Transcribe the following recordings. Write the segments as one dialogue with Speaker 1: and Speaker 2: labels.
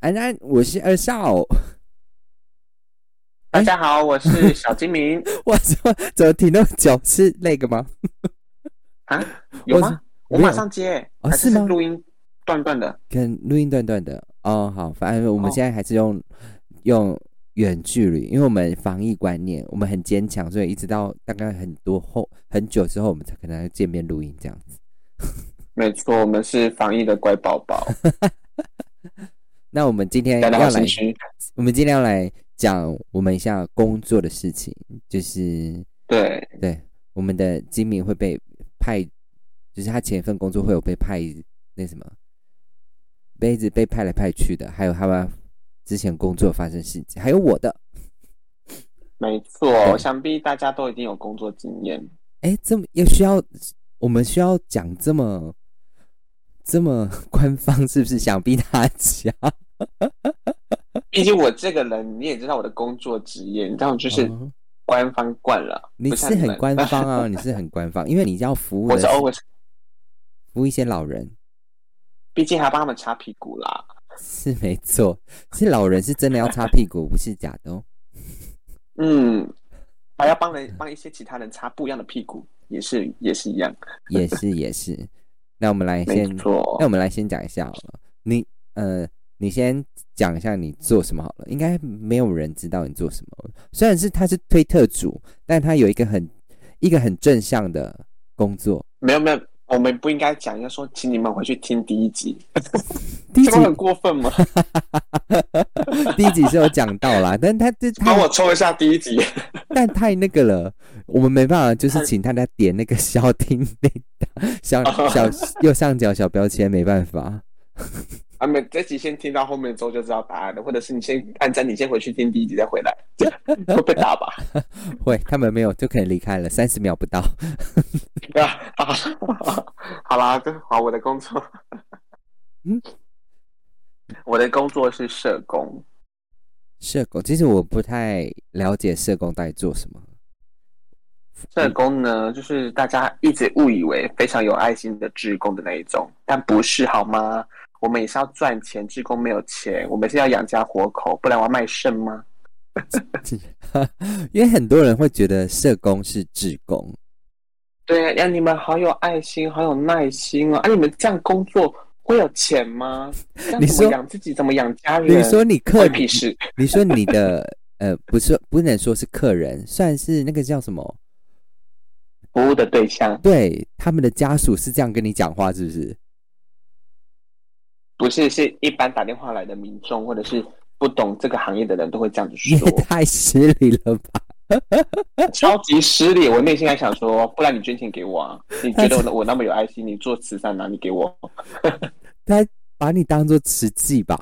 Speaker 1: 安安，哎我呃是二少。哎
Speaker 2: 大家好，我是小精 明
Speaker 1: 我怎么怎么停那么久？是那个吗？
Speaker 2: 啊，有吗？
Speaker 1: 我
Speaker 2: 我
Speaker 1: 没有
Speaker 2: 马上接，
Speaker 1: 哦
Speaker 2: 还
Speaker 1: 是吗
Speaker 2: 录音断断的？
Speaker 1: 跟录音断断的哦，好，反正我们
Speaker 2: 哦
Speaker 1: 现在还是用、用远距离，因为我们防疫观念，我们很坚强，所以一直到大概很多后很久之后，我们才可能见面录音这样子。
Speaker 2: 没错，我们是防疫的乖宝宝，
Speaker 1: 那我们今天哎要
Speaker 2: 大家好
Speaker 1: 来
Speaker 2: 心，虚。
Speaker 1: 我们今天要来讲我们一下工作的事情，就是
Speaker 2: 对，
Speaker 1: 对我们的金明会被派，就是他前一份工作会有被派那什么，被一直被派来派去的，还有他们之前工作发生事情，还有我的。
Speaker 2: 没
Speaker 1: 对
Speaker 2: 错，想必大家都已经有工作经验。
Speaker 1: 哎，这么也需要，我们需要讲这么这么 官方，是不是？想必大家
Speaker 2: 毕竟我这个人，你也知道我的工作职业，你知道我就是
Speaker 1: 哦
Speaker 2: 官方惯了，
Speaker 1: 你
Speaker 2: 不
Speaker 1: 是
Speaker 2: 像你
Speaker 1: 很
Speaker 2: 们
Speaker 1: 官方 啊，你是很官方，因为你要服务
Speaker 2: 我
Speaker 1: 的
Speaker 2: 是哦
Speaker 1: 是
Speaker 2: always，
Speaker 1: 服务一些老人，
Speaker 2: 毕竟还帮他们擦屁股啦。
Speaker 1: 是没错，是老人是真的要擦屁股，不是假的哦。
Speaker 2: 嗯，还要帮
Speaker 1: 嗯
Speaker 2: 人帮一些其他人擦不一样的屁股，也是也是一样。
Speaker 1: 也是也是。那我们来
Speaker 2: 没
Speaker 1: 先，
Speaker 2: 错
Speaker 1: 那，我们来先讲一下好了。你呃，你先讲一下你做什么好了。应该没有人知道你做什么。虽然是他是推特主，但他有一个很一个很正向的工作。
Speaker 2: 没有没有，我们不应该讲，应该说，请你们回去听第一集，
Speaker 1: 第一
Speaker 2: 这
Speaker 1: 集
Speaker 2: 不很过 分吗？
Speaker 1: 第一集是有讲到啦，但他这
Speaker 2: 帮
Speaker 1: 太
Speaker 2: 我抽一下第一集。
Speaker 1: 但太那个了，我们没办法，就是请大家点那个 小叮铃铛， 小小右上角小标签，没办法。
Speaker 2: 啊，没，这集先听到后面之后就知道答案了，或者是你先按暂停，先回去听第一集再回来， 会被打吧？
Speaker 1: 会，他们没有就可以离开了，三十秒不到。
Speaker 2: 对啊， 好好好啦，这好，我的工作，
Speaker 1: 嗯，
Speaker 2: 我的工作是社工，
Speaker 1: 社工，其实我不太了解社工到底做什么。
Speaker 2: 社工呢，就是大家一直误以为非常有爱心的志工的那一种，但不是好吗？我们也是要赚钱，志工没有钱，我们是要养家活口，不然我要卖肾吗？
Speaker 1: 因为很多人会觉得社工是志工，
Speaker 2: 对，呀，你们好有爱心，好有耐心哦！啊，你们这样工作会有钱吗？这样
Speaker 1: 你
Speaker 2: 怎
Speaker 1: 说
Speaker 2: 么养自己，怎么养家人？
Speaker 1: 你说你客
Speaker 2: 啊关，屁事？
Speaker 1: 你说你的呃，不是不能说是客人，算是那个叫什么？
Speaker 2: 服务的对象
Speaker 1: 对，他们的家属是这样跟你讲话，是不是？
Speaker 2: 不是是一般打电话来的民众，或者是不懂这个行业的人都会这样子
Speaker 1: 你也
Speaker 2: 说，
Speaker 1: 太失礼了吧！
Speaker 2: 超级失礼。我内心还想说，不然你捐钱给我啊？ 你觉得我我那么有爱心，你做慈善哪、你给我？
Speaker 1: 他把你当做慈济吧？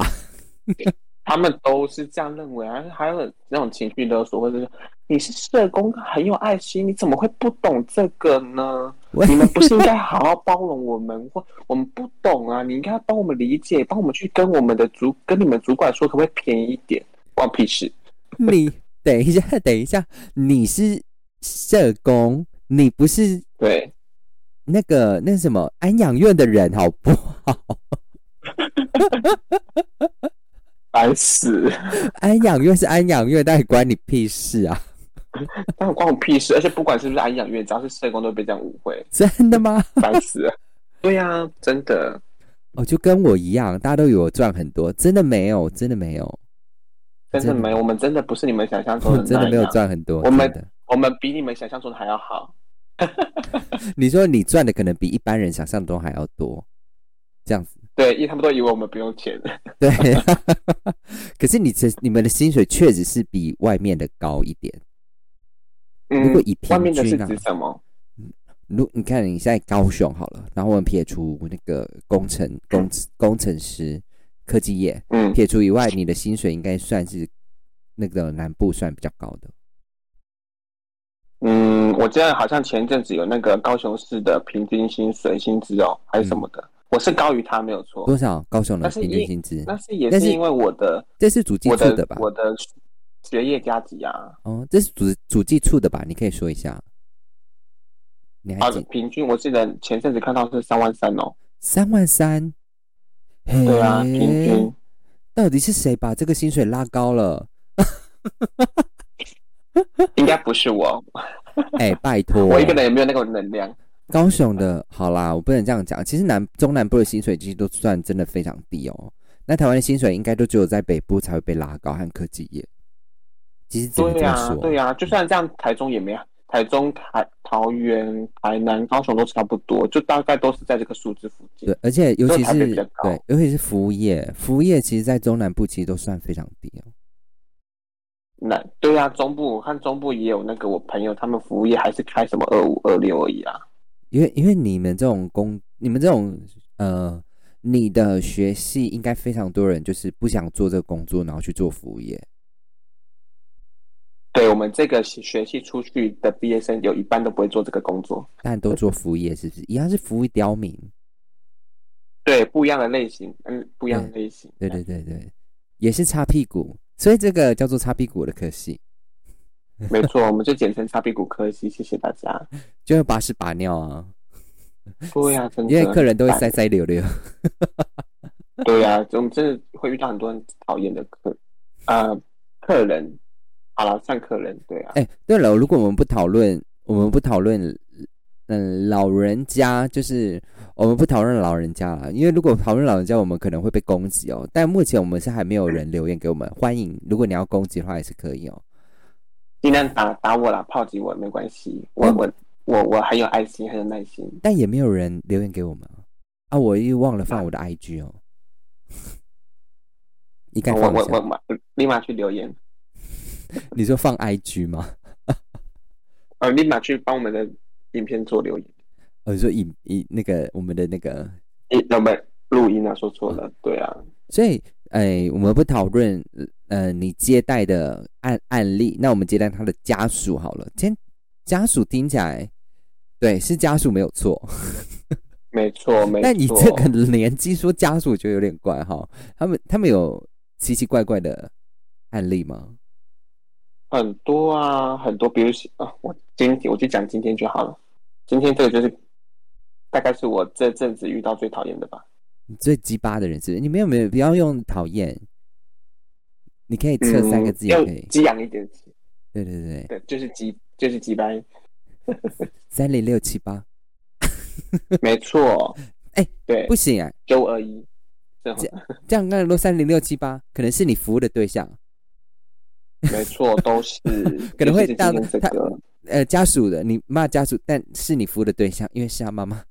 Speaker 2: 他们都是这样认为啊，还有那种情绪勒索，或者是你是社工很有爱心，你怎么会不懂这个呢？
Speaker 1: 我
Speaker 2: 你们不是应该好好包容我们，或我们不懂啊，你应该帮我们理解，帮我们去跟我们的主跟你们主管说，可不可以便宜一点？关我屁事！
Speaker 1: 你等一下，等一下，你是社工，你不是
Speaker 2: 对，
Speaker 1: 那个那什么安养院的人，好不好？
Speaker 2: 烦死！
Speaker 1: 安养院是安养院，但关你屁事啊！
Speaker 2: 但关我屁事！而且不管是不是安养院，只要是社工都会被这样误会，
Speaker 1: 真的吗？
Speaker 2: 烦死了！ 对呀、真的，
Speaker 1: 哦，就跟我一样，大家都以为我赚很多，真的没有，真的没有，
Speaker 2: 真的没有，我们真的不是你们想象中的
Speaker 1: 真的没
Speaker 2: 那
Speaker 1: 有
Speaker 2: 样，
Speaker 1: 赚很多。
Speaker 2: 我们
Speaker 1: 真的
Speaker 2: 我们比你们想象中的还要好。
Speaker 1: 你说你赚的可能比一般人想象中还要多，这 样子
Speaker 2: 对，因为他们都以为我们不用钱。
Speaker 1: 对。 可是你这你们的薪水确实是比外面的高一点。如
Speaker 2: 嗯
Speaker 1: 果，以
Speaker 2: 外面
Speaker 1: 平
Speaker 2: 的是
Speaker 1: 均啊
Speaker 2: 指，什么？
Speaker 1: 如你看你在高雄好了，然后我们撇除那个工程工工程师科技业，
Speaker 2: 嗯，
Speaker 1: 撇除以外，你的薪水应该算是那个南部算比较高的。
Speaker 2: 嗯，我记得好像前一阵子有那个高雄市的平均薪水薪资哦，还是什
Speaker 1: 嗯
Speaker 2: 么的，我是高于他没有错，
Speaker 1: 多少？高雄的
Speaker 2: 但是
Speaker 1: 平均
Speaker 2: 因
Speaker 1: 薪资？
Speaker 2: 但是也
Speaker 1: 但
Speaker 2: 是
Speaker 1: 是
Speaker 2: 因为我的
Speaker 1: 这是主计
Speaker 2: 我
Speaker 1: 处
Speaker 2: 的
Speaker 1: 吧？
Speaker 2: 我的学业加急啊，
Speaker 1: 哦，这是主主计处的吧？你可以说一下。你还
Speaker 2: 啊
Speaker 1: 记，
Speaker 2: 平均我记得前阵子看到是三万三哦，
Speaker 1: 三万三？嘿
Speaker 2: 对啊，平均
Speaker 1: 到底是谁把这个薪水拉高了？
Speaker 2: 应该不是我，
Speaker 1: 哎、拜托，
Speaker 2: 我一个人也没有那个能量。
Speaker 1: 高雄的，好啦，我不能这样讲。其实南中南部的薪水其实都算真的非常低哦。那台湾的薪水应该都只有在北部才会被拉高，和科技业。其实只能
Speaker 2: 对
Speaker 1: 这
Speaker 2: 呀、
Speaker 1: 么说，
Speaker 2: 对啊呀、就算这样，台中也没，啊台中、台桃园、台南、高雄都差不多，就大概都是在这个数字附近。
Speaker 1: 对而且尤
Speaker 2: 所以
Speaker 1: 其
Speaker 2: 台
Speaker 1: 是
Speaker 2: 北比较高
Speaker 1: 对，尤其是服务业，服务业其实，在中南部其实都算非常低哦。
Speaker 2: 那对呀、中部我看中部也有那个我朋友，他们服务业还是开什么二五二六而已啊。
Speaker 1: 因为因为你们这种工，你们这种呃，你的学系应该非常多人就是不想做这个工作，然后去做服务业。
Speaker 2: 对我们这个学系出去的毕业生，有一半都不会做这个工作。
Speaker 1: 但都做服务业，是不是一样是服务刁民？
Speaker 2: 对，不一样的类型，嗯，不一样的类型。
Speaker 1: 对对对对，也是擦屁股，所以这个叫做擦屁股的科系，
Speaker 2: 没错，我们就简称擦屁股科系，谢谢大家。
Speaker 1: 就是把屎把尿啊，
Speaker 2: 对呀、真
Speaker 1: 因为客
Speaker 2: 的，
Speaker 1: 人都会塞塞溜溜。
Speaker 2: 对呀、我们真的会遇到很多很讨厌的客，呃，客人，好了，算客人，对啊，
Speaker 1: 哎，对了，如果我们不讨论，我们不讨论，嗯，老人家就是我们不讨论老人家了，因为如果讨论老人家，我们可能会被攻击哦。但目前我们是还没有人留言给我们，欢迎，如果你要攻击的话也是可以哦。
Speaker 2: 尽量打打我啦，炮击我没关系，我
Speaker 1: 嗯
Speaker 2: 我我我很有爱心，很有耐心。
Speaker 1: 但也没有人留言给我们啊，啊，我又忘了放我的 IG 哦， 你该
Speaker 2: 我
Speaker 1: 放一
Speaker 2: 哦我
Speaker 1: 下
Speaker 2: 我。马立马去留言，
Speaker 1: 你说放 IG 吗？
Speaker 2: 呃，立马去帮我们的影片做留言，
Speaker 1: 哦，你说以以那个我们的那个，
Speaker 2: 诶，我们录音啊，说错了，
Speaker 1: 嗯
Speaker 2: 对啊，
Speaker 1: 所以哎，我们不讨论呃你接待的案案例，那我们接待他的家属好了。今天家属听起来，对，是家属没有错，
Speaker 2: 没错没错。
Speaker 1: 但你这个年纪说家属，我觉得有点怪哈。他们他们有奇奇怪怪的案例吗？
Speaker 2: 很多啊，很多，比如说啊，我今天我就讲今天就好了，今天这个就是大概是我这阵子遇到最讨厌的吧。
Speaker 1: 你最鸡巴的人是不是你们有没有不要用讨厌？你可以测三个字也
Speaker 2: 嗯要
Speaker 1: 可以。
Speaker 2: 激昂一点，
Speaker 1: 对对对，
Speaker 2: 对，就是激，就是激掰，
Speaker 1: 三零六七八
Speaker 2: 没错，
Speaker 1: 哎
Speaker 2: 对
Speaker 1: 不，行啊，
Speaker 2: 周而已，这样
Speaker 1: 这样刚才说三零六七八，可能是你服务的对象，
Speaker 2: 没错，都是
Speaker 1: 可能会
Speaker 2: 就是
Speaker 1: 大
Speaker 2: 今天这个，
Speaker 1: 呃，家属的，你骂家属，但是你服务的对象，因为是他妈 妈，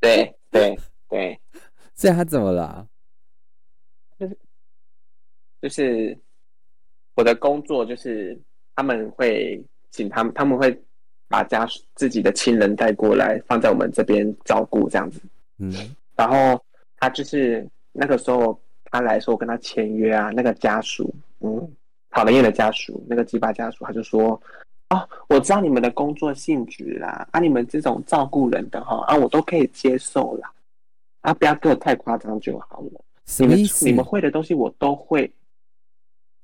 Speaker 2: 对对对，
Speaker 1: 所以他怎么了啊、
Speaker 2: 就是我的工作就是他们会请他们，他们会把家属自己的亲人带过来，放在我们这边照顾这样子。
Speaker 1: 嗯，
Speaker 2: 然后他就是那个时候他来说，我跟他签约啊，那个家属，嗯，讨人厌的家属，那个鸡巴家属，他就说，哦，我知道你们的工作性质啦，啊，你们这种照顾人的哈，啊，我都可以接受啦，啊，不要给我太夸张就好了，
Speaker 1: 什
Speaker 2: 你
Speaker 1: 么
Speaker 2: 们
Speaker 1: 意思
Speaker 2: 你？们会的东西我都会。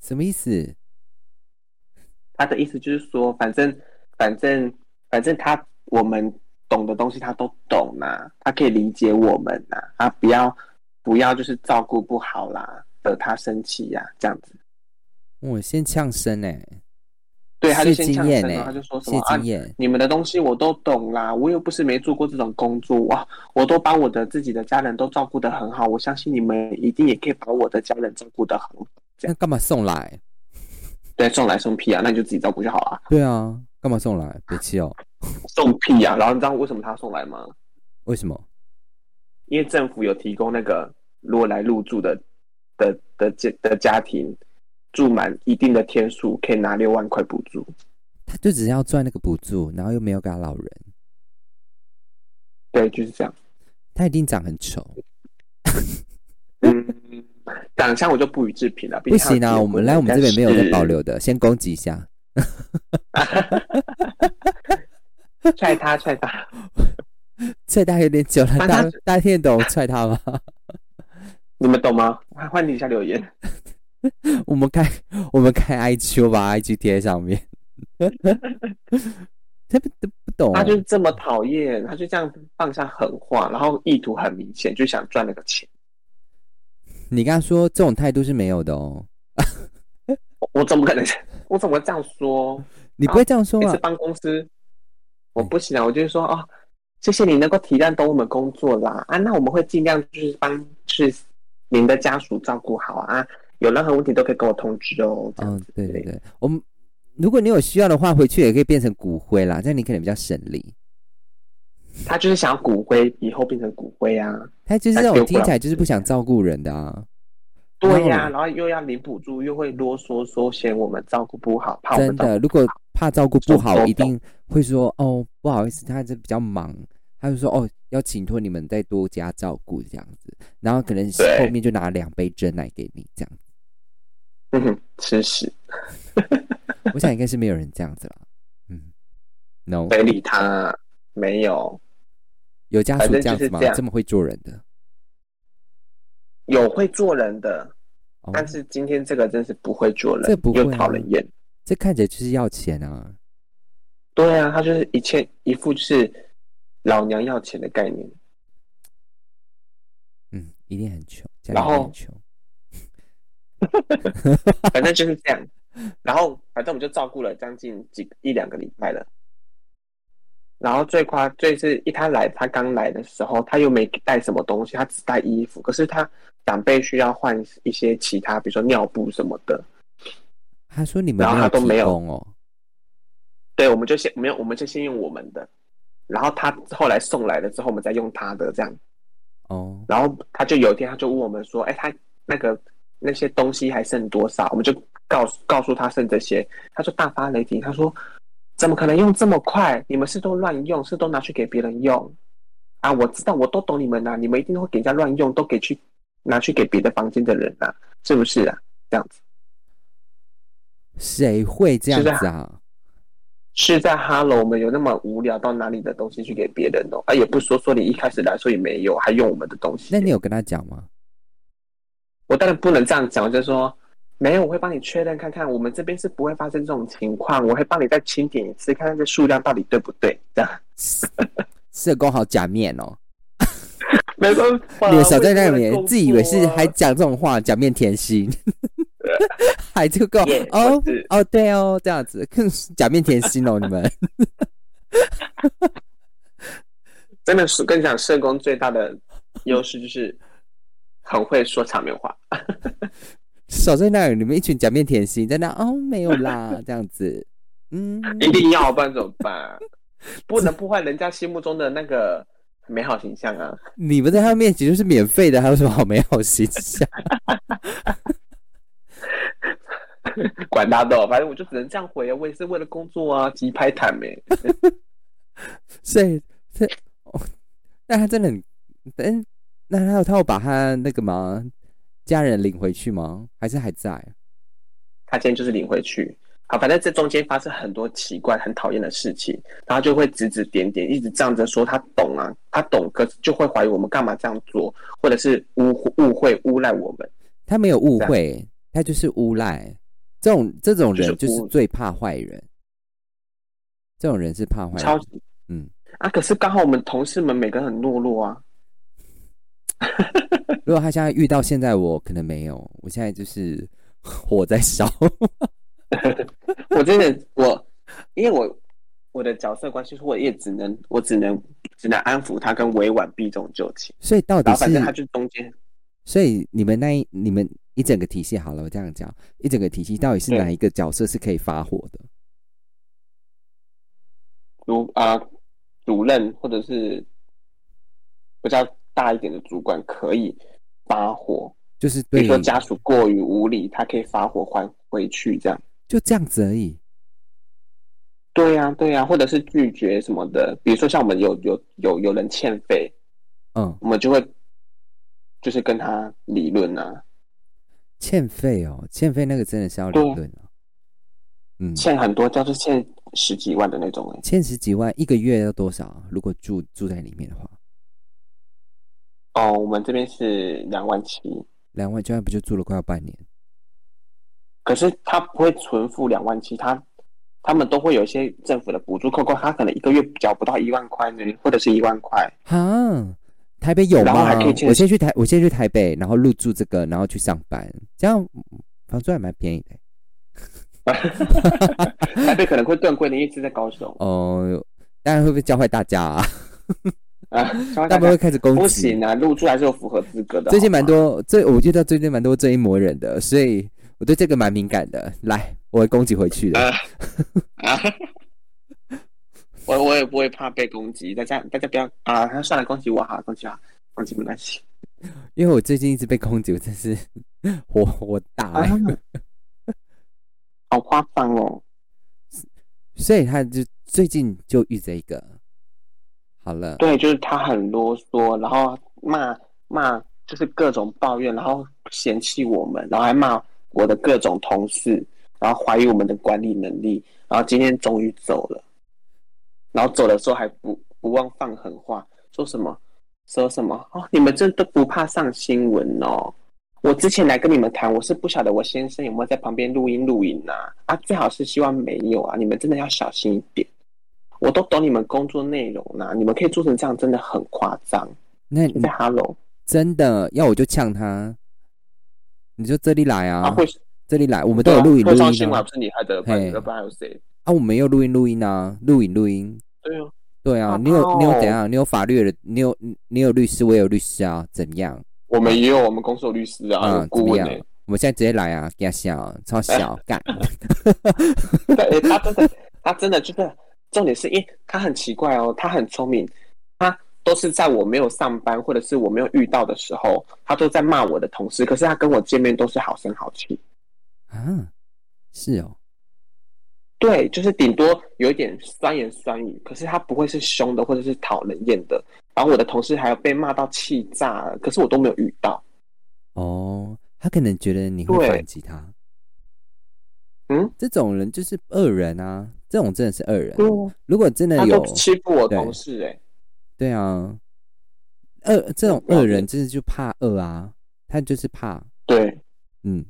Speaker 1: 什么意思？
Speaker 2: 他的意思就是说，反正反正反正他我们懂的东西他都懂啦、他可以理解我们呐、啊，不要不要就是照顾不好啦，惹他生气呀、这样子。
Speaker 1: 我先呛声哎，
Speaker 2: 对，他就
Speaker 1: 谢
Speaker 2: 先
Speaker 1: 金
Speaker 2: 呛
Speaker 1: 燕
Speaker 2: 声
Speaker 1: 哎、
Speaker 2: 了，他就说什
Speaker 1: 谢
Speaker 2: 么啊
Speaker 1: 金，燕，
Speaker 2: 你们的东西我都懂啦，我又不是没做过这种工作哇，我都把我的自己的家人都照顾得很好，我相信你们一定也可以把我的家人照顾得很好。这
Speaker 1: 那
Speaker 2: 样
Speaker 1: 干嘛送来？
Speaker 2: 对，送来送屁啊，那你就自己照顾就好了，
Speaker 1: 对啊，干嘛送来？别气哦，
Speaker 2: 送屁啊。然后你知道为什么他送来吗？
Speaker 1: 为什么？
Speaker 2: 因为政府有提供那个，如果来入住的的的家的家庭住满一定的天数，可以拿六万块补助。
Speaker 1: 他就只是要赚那个补助，然后又没有给他老人，
Speaker 2: 对，就是这样。
Speaker 1: 他一定长很丑。
Speaker 2: 嗯，长相我就不予置评了，毕
Speaker 1: 不
Speaker 2: 竟他有
Speaker 1: 行啊，
Speaker 2: 结
Speaker 1: 我
Speaker 2: 婚
Speaker 1: 们来我们这边没有在保。
Speaker 2: 但是
Speaker 1: 留的，先攻击一下。
Speaker 2: 踹他踹他，
Speaker 1: 这大家有点久了，
Speaker 2: 反正
Speaker 1: 大
Speaker 2: 他
Speaker 1: 家大家听得懂我踹他吗？
Speaker 2: 你们懂吗？换换底下留言，
Speaker 1: 我们开 我们开 IG，我把 IG 贴在上面。 他不他不懂，哦
Speaker 2: 他就是这么讨厌，他就这样放下狠话，然后意图很明显，就想赚那个钱。
Speaker 1: 你刚刚说这种态度是没有的哦，
Speaker 2: 我我怎么可能？我怎么会这样说？
Speaker 1: 你不会这样说
Speaker 2: 每
Speaker 1: 啊
Speaker 2: 次？帮公司，我不行啊，我就是说哦，谢谢你能够体谅懂我们工作啦啊，那我们会尽量就是帮就是您的家属照顾好啊，有任何问题都可以跟我通知哦。这样
Speaker 1: 嗯
Speaker 2: 子，
Speaker 1: 对对
Speaker 2: 对
Speaker 1: 对，我们如果你有需要的话，回去也可以变成骨灰啦，这样你可能比较省力。
Speaker 2: 他就是想要骨灰以后变成骨灰啊，
Speaker 1: 他就是
Speaker 2: 那
Speaker 1: 这种
Speaker 2: 丢过
Speaker 1: 听
Speaker 2: 来
Speaker 1: 起来就是不想照顾人的啊，
Speaker 2: 对呀、
Speaker 1: 哦
Speaker 2: 然后又要领补助，又会啰嗦说嫌我们照顾不好，怕我
Speaker 1: 真
Speaker 2: 们照
Speaker 1: 的。
Speaker 2: 顾
Speaker 1: 如果怕照顾不
Speaker 2: 手
Speaker 1: 好，
Speaker 2: 手
Speaker 1: 一定会说哦，不好意思，他这比较忙，他就说哦，要请托你们再多加照顾这样子，然后可能
Speaker 2: 对
Speaker 1: 后面就拿两杯真奶给你这样。
Speaker 2: 嗯 哼，吃屎，
Speaker 1: 我想应该是没有人这样子了，嗯，no，
Speaker 2: 没理他，没有。
Speaker 1: 有家属
Speaker 2: 反正
Speaker 1: 这样
Speaker 2: 就是
Speaker 1: 子吗？
Speaker 2: 这样
Speaker 1: 这么会做人的，
Speaker 2: 有会做人的，
Speaker 1: 哦，
Speaker 2: 但是今天这个真是不会做人，
Speaker 1: 这不会啊
Speaker 2: 又讨人厌。
Speaker 1: 这看起来就是要钱啊，
Speaker 2: 对啊，他就是一欠一副就是老娘要钱的概念。
Speaker 1: 嗯，一定很穷，家里
Speaker 2: 然
Speaker 1: 一定
Speaker 2: 后
Speaker 1: 很穷。
Speaker 2: 反正就是这样。然后反正我们就照顾了将近几一两个礼拜了。然后最夸最是一他来他刚来的时候，他又没带什么东西，他只带衣服。可是他长辈需要换一些其他，比如说尿布什么的。
Speaker 1: 他说你们
Speaker 2: 然后
Speaker 1: 没
Speaker 2: 他
Speaker 1: 有
Speaker 2: 都
Speaker 1: 提
Speaker 2: 没有
Speaker 1: 供哦，
Speaker 2: 对，我们就先没有，我们就先用我们的。然后他后来送来了之后，我们再用他的这样。
Speaker 1: 哦，
Speaker 2: 然后他就有一天他就问我们说：“哎，他那个那些东西还剩多少？”我们就告诉告诉他剩这些，他就大发雷霆，他说：“怎么可能用这么快？你们是都乱用，是都拿去给别人用啊？我知道，我都懂你们呐、你们一定会给人家乱用，都给去拿去给别的房间的人呐、是不是啊？这样子
Speaker 1: 谁会这样
Speaker 2: 是的
Speaker 1: 子啊？
Speaker 2: 是在哈喽，我们有那么无聊到拿你的东西去给别人哦？啊，也不说说你一开始来说也没有，还用我们的东西。
Speaker 1: 那你有跟他讲吗？
Speaker 2: 我当然不能这样讲，我就说没有，我会帮你确认看看，我们这边是不会发生这种情况，我会帮你再清点一次，看看这数量到底对不对，这样
Speaker 1: 社工好假面哦，
Speaker 2: 没办法
Speaker 1: 你的小在那里面自以为是，
Speaker 2: 啊
Speaker 1: 还讲这种话，假面甜 心，还就够
Speaker 2: Yeah，
Speaker 1: 哦
Speaker 2: 我是
Speaker 1: 哦对哦这样子，更 是假面甜心哦你们，
Speaker 2: 真的是跟你讲，社工最大的优势就是很会说场面 话，
Speaker 1: 守在那里你们一群假面甜心在那哦没有啦 这样子，嗯，
Speaker 2: 一定要，不然怎么办？不能破坏人家心目中的那个美好形象啊！
Speaker 1: 你们在他面前就是免费的，还有什么好没好形象？
Speaker 2: 管他的哦，反正我就只能这样回啊，我也是为了工作啊，急拍坦没、
Speaker 1: 所以这哦，那他真的很，嗯，那他有他有把他那个吗？家人领回去吗？还是还在？
Speaker 2: 他今天就是领回去。好，反正这中间发生很多奇怪、很讨厌的事情，然后就会指指点点，一直仗着说他懂啊，他懂，可是就会怀疑我们干嘛这样做，或者是误误会、诬赖我们。
Speaker 1: 他没有误
Speaker 2: 在
Speaker 1: 会，他就是诬赖。这种这种人
Speaker 2: 就
Speaker 1: 就是是
Speaker 2: 诬
Speaker 1: 最怕坏人，这种人是怕坏
Speaker 2: 超
Speaker 1: 人。
Speaker 2: 级
Speaker 1: 嗯，
Speaker 2: 啊！可是刚好我们同事们每个人很懦弱啊，
Speaker 1: 如果他现在遇到现在我，可能没有，我现在就是火在烧。
Speaker 2: 我真的我，因为我我的角色关系，我也只能我只能只能安抚他跟委婉避重就轻，
Speaker 1: 所以到底
Speaker 2: 然后反
Speaker 1: 是
Speaker 2: 正他就中间
Speaker 1: 所以你们那一你们一整个体系好了，我这样讲，一整个体系到底是
Speaker 2: 对
Speaker 1: 哪一个角色是可以发火的？
Speaker 2: 如啊、主任或者是比较大一点的主管可以发火，
Speaker 1: 就是
Speaker 2: 比
Speaker 1: 对
Speaker 2: 如说家属过于无理，他可以发火还回去这样。
Speaker 1: 就这样子而已。
Speaker 2: 对呀、对呀、或者是拒绝什么的，比如说像我们有有有有人欠费，
Speaker 1: 嗯，
Speaker 2: 我们就会就是跟他理论啊，
Speaker 1: 欠费哦，欠费那个真的是要理论哦。嗯，
Speaker 2: 欠很多，就是欠十几万的那种、欸，
Speaker 1: 欠十几万一个月要多少啊？如果住住在里面的话，
Speaker 2: 哦，我们这边是两万七，
Speaker 1: 两万这样不就住了快要半年？
Speaker 2: 可是他不会存付两万七，他他们都会有一些政府的补助扣扣，他可能一个月缴不到一万块呢，或者是一万块，
Speaker 1: 哈，台北有
Speaker 2: 然后
Speaker 1: 吗
Speaker 2: 还可以？去
Speaker 1: 我先去台，我先去台北，然后入住这个，然后去上班，这样嗯房租还蛮便宜的。嗯
Speaker 2: 台北可能会更贵的，因为是在高雄
Speaker 1: 哦，当然会不会教坏大家啊？
Speaker 2: 啊，稍微
Speaker 1: 大
Speaker 2: 大
Speaker 1: 家会
Speaker 2: 家
Speaker 1: 开始攻
Speaker 2: 不
Speaker 1: 击。
Speaker 2: 行啊，入住还是有符合资格的。哦
Speaker 1: 最近
Speaker 2: 好吗
Speaker 1: 蛮多，最我遇到最近蛮多这一魔人的，所以我对这个蛮敏感的。来，我会攻击回去的。
Speaker 2: 呃啊，我我也不会怕被攻击，大家大家不要啊，他算了，攻击我哈，攻击我，攻击没关系
Speaker 1: 因为我最近一直被攻击，我真是 火火大、
Speaker 2: 啊
Speaker 1: 欸，
Speaker 2: 好夸张哦！
Speaker 1: 所以他就最近就遇这一个。好了，
Speaker 2: 对，就是他很啰嗦，然后骂骂，就是各种抱怨，然后嫌弃我们，然后还骂我的各种同事，然后怀疑我们的管理能力，然后今天终于走了，然后走的时候还不不忘放狠话，说什么说什么哦，你们这都不怕上新闻哦。我之前来跟你们谈，我是不晓得我先生有没有在旁边录音录影啊啊，最好是希望没有啊，你们真的要小心一点。我都懂你们工作内容啦、你们可以做成这样，真的很夸张。
Speaker 1: 那
Speaker 2: 就
Speaker 1: 你
Speaker 2: 在 Hello
Speaker 1: 真的要我就呛他，你就这里来啊，
Speaker 2: 啊，会
Speaker 1: 这里来，我们都
Speaker 2: 对
Speaker 1: 有
Speaker 2: 啊
Speaker 1: 录影录
Speaker 2: 会上
Speaker 1: 音
Speaker 2: 新闻还
Speaker 1: 啊
Speaker 2: 不是你害的，不
Speaker 1: 嘿
Speaker 2: 然要不然还有谁？
Speaker 1: 啊，我们有录音录音啊，录影录音，
Speaker 2: 对啊，哦
Speaker 1: 对啊，
Speaker 2: 好
Speaker 1: 你有你有
Speaker 2: 好
Speaker 1: 怎样？你有法律的，你有你有律师，我也有律师啊，怎样？
Speaker 2: 我们也有我们公司有律师啊，
Speaker 1: 啊
Speaker 2: 有，
Speaker 1: 怎
Speaker 2: 顾
Speaker 1: 么
Speaker 2: 问
Speaker 1: 样
Speaker 2: 呢、？
Speaker 1: 我们现在直接来啊，给他笑，超 小干，
Speaker 2: 对，他真的， 他真的就是，重点是因为他很奇怪哦，他很聪明，他都是在我没有上班或者是我没有遇到的时候，他都在骂我的同事，可是他跟我见面都是好声好气。
Speaker 1: 啊，是哦，
Speaker 2: 对，就是顶多有一点酸言酸语，可是他不会是凶的或者是讨人厌的。然后我的同事还有被骂到气炸了，可是我都没有遇到。
Speaker 1: 哦，他可能觉得你会
Speaker 2: 对
Speaker 1: 反击他，
Speaker 2: 嗯，
Speaker 1: 这种人就是恶人啊，这种真的是恶人。
Speaker 2: 嗯，
Speaker 1: 如果真的
Speaker 2: 他
Speaker 1: 哦有
Speaker 2: 都，欺负我
Speaker 1: 对
Speaker 2: 同事哎、
Speaker 1: 对啊，恶这种
Speaker 2: 对
Speaker 1: 恶人就是就怕恶啊，他就是怕，
Speaker 2: 对，
Speaker 1: 嗯，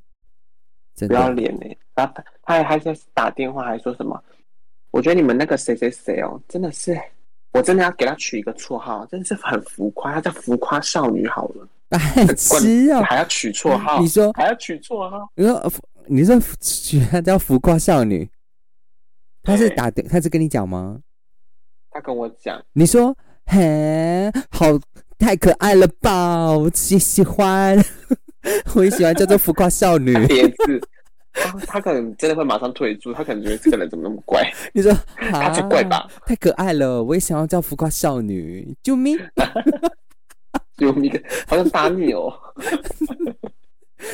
Speaker 1: 真
Speaker 2: 不要
Speaker 1: 的，
Speaker 2: 脸哎、然后他他还还在打电话还说什么？我觉得你们那个谁谁谁哦，真的是，我真的要给他取一个绰号，真的是很浮夸，他叫浮夸少女好了，
Speaker 1: 白 痴
Speaker 2: 关
Speaker 1: 哦，
Speaker 2: 还要取绰号，
Speaker 1: 你说
Speaker 2: 还要取绰号，
Speaker 1: 你说浮你说 浮她叫浮夸少女，她是打的，她是跟你讲吗？
Speaker 2: 他跟我讲，
Speaker 1: 你说嘿，好太可爱了吧，我喜喜欢， 我也喜欢叫做浮夸少女
Speaker 2: 他。叠字。他他可能真的会马上退出，他可能觉得这个人怎么那么怪，
Speaker 1: 你 说
Speaker 2: 他
Speaker 1: 啊
Speaker 2: 才怪吧？
Speaker 1: 太可爱了，我也想要叫浮夸少女，救命！
Speaker 2: 有一个好像打你哦，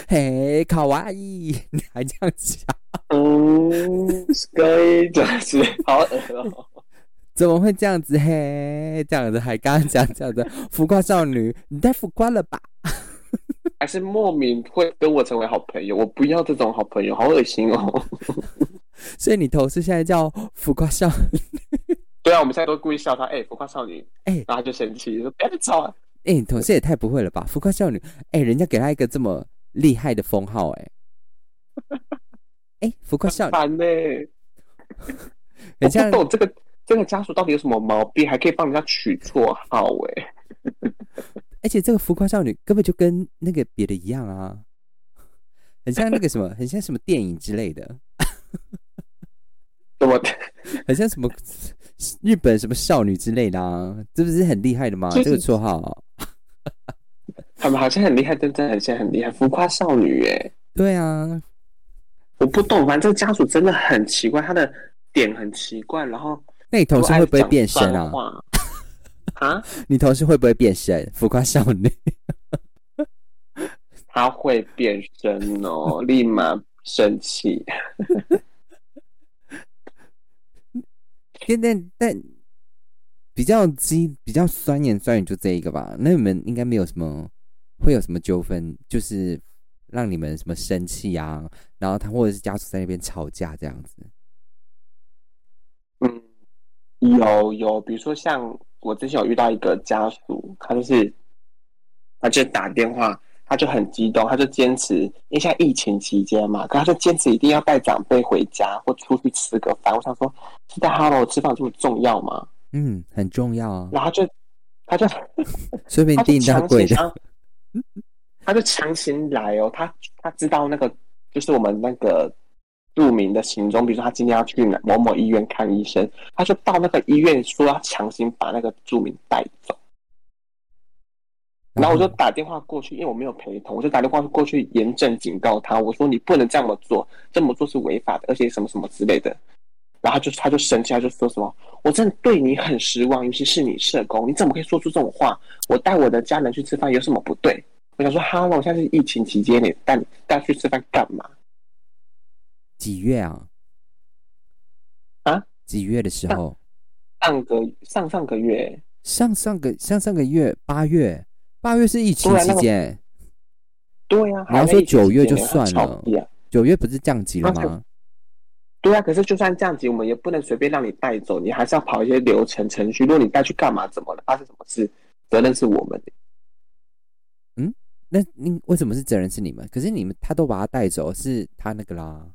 Speaker 1: 嘿，卡哇伊，你还这样讲，
Speaker 2: 嗯，可以，就是好恶哦，
Speaker 1: 怎么会这样子？嘿，这样子还刚刚讲这样子，浮夸少女，你太浮夸了吧？
Speaker 2: 还是莫名会跟我成为好朋友，我不要这种好朋友，好恶心哦。
Speaker 1: 所以你头是现在叫浮夸少女？
Speaker 2: 对啊，我们现在都故意笑他，哎、浮夸少女，
Speaker 1: 哎
Speaker 2: 然后他就生气说不要再吵了。
Speaker 1: 哎、你头是也太不会了吧？浮夸少女，哎、人家给她一个这么厉害的封号、哎。哎，浮夸少女，
Speaker 2: 烦呢、我
Speaker 1: 人家
Speaker 2: 不懂这个这个家属到底有什么毛病，还可以帮人家取绰号哎、
Speaker 1: 而且这个浮夸少女根本就跟那个别的一样啊，很像那个什么，很像什么电影之类的，
Speaker 2: 怎么？
Speaker 1: 很像什么日本什么少女之类的啊，这不是很厉害的吗？
Speaker 2: 就是
Speaker 1: 这个绰号，
Speaker 2: 他们好像很厉害，真的很像很厉害，浮夸少女哎、
Speaker 1: 对啊，
Speaker 2: 我不懂，反正这个家属真的很奇怪，他的点很奇怪，然后
Speaker 1: 那你同事会不会变身
Speaker 2: 又爱
Speaker 1: 啊
Speaker 2: 讲？酸话？啊，
Speaker 1: 你同事会不会变身？浮夸少女，
Speaker 2: 他会变身哦，立马生气。
Speaker 1: 但但但比较激、比较酸言酸语就这一个吧。那你们应该没有什么会有什么纠纷，就是让你们什么生气啊，然后他或者是家属在那边吵架这样子。
Speaker 2: 嗯，有有，比如说像我之前有遇到一个家属，他就是，他就打电话，他就很激动，他就坚持，因为现在疫情期间嘛，可他就坚持一定要带长辈回家或出去吃个饭。我想说，是在哈喽吃饭这么重要吗？
Speaker 1: 嗯，很重要啊。
Speaker 2: 然后他就他就
Speaker 1: 说不定
Speaker 2: 他就
Speaker 1: 订到
Speaker 2: 强啊
Speaker 1: 贵
Speaker 2: 行
Speaker 1: 的，
Speaker 2: 想，他就强行来哦，他他知道那个就是我们那个著名的行踪，比如说他今天要去哪某某医院看医生，他就到那个医院说要强行把那个著名带走，
Speaker 1: 嗯
Speaker 2: 然后我就打电话过去，因为我没有陪同，我就打电话过去严正警告他，我说你不能这么做，这么做是违法的，而且什么什么之类的。然后他就他就生气，他就说什么我真的对你很失望，尤其是你社工，你怎么可以说出这种话？我带我的家人去吃饭有什么不对？我想说哈喽，现在是疫情期间，你带你带去吃饭干嘛？
Speaker 1: 几月啊？
Speaker 2: 啊？
Speaker 1: 几月的时候？
Speaker 2: 上个上上个月，
Speaker 1: 上上个上上个月八月，八月是疫情
Speaker 2: 对啊
Speaker 1: 期
Speaker 2: 那个
Speaker 1: 间，
Speaker 2: 对呀、啊，
Speaker 1: 你要
Speaker 2: 还在
Speaker 1: 说
Speaker 2: 疫情
Speaker 1: 九月
Speaker 2: 期间
Speaker 1: 就算
Speaker 2: 吵
Speaker 1: 了
Speaker 2: 屁啊
Speaker 1: 九、月不是降级了
Speaker 2: 那
Speaker 1: 吗？
Speaker 2: 对啊，可是就算这样子，我们也不能随便让你带走，你还是要跑一些流程程序。如果你带去干嘛，怎么了？发生什么事，责任是我们的。
Speaker 1: 那你为什么是责任是你们？可是你们他都把他带走，是他那个啦。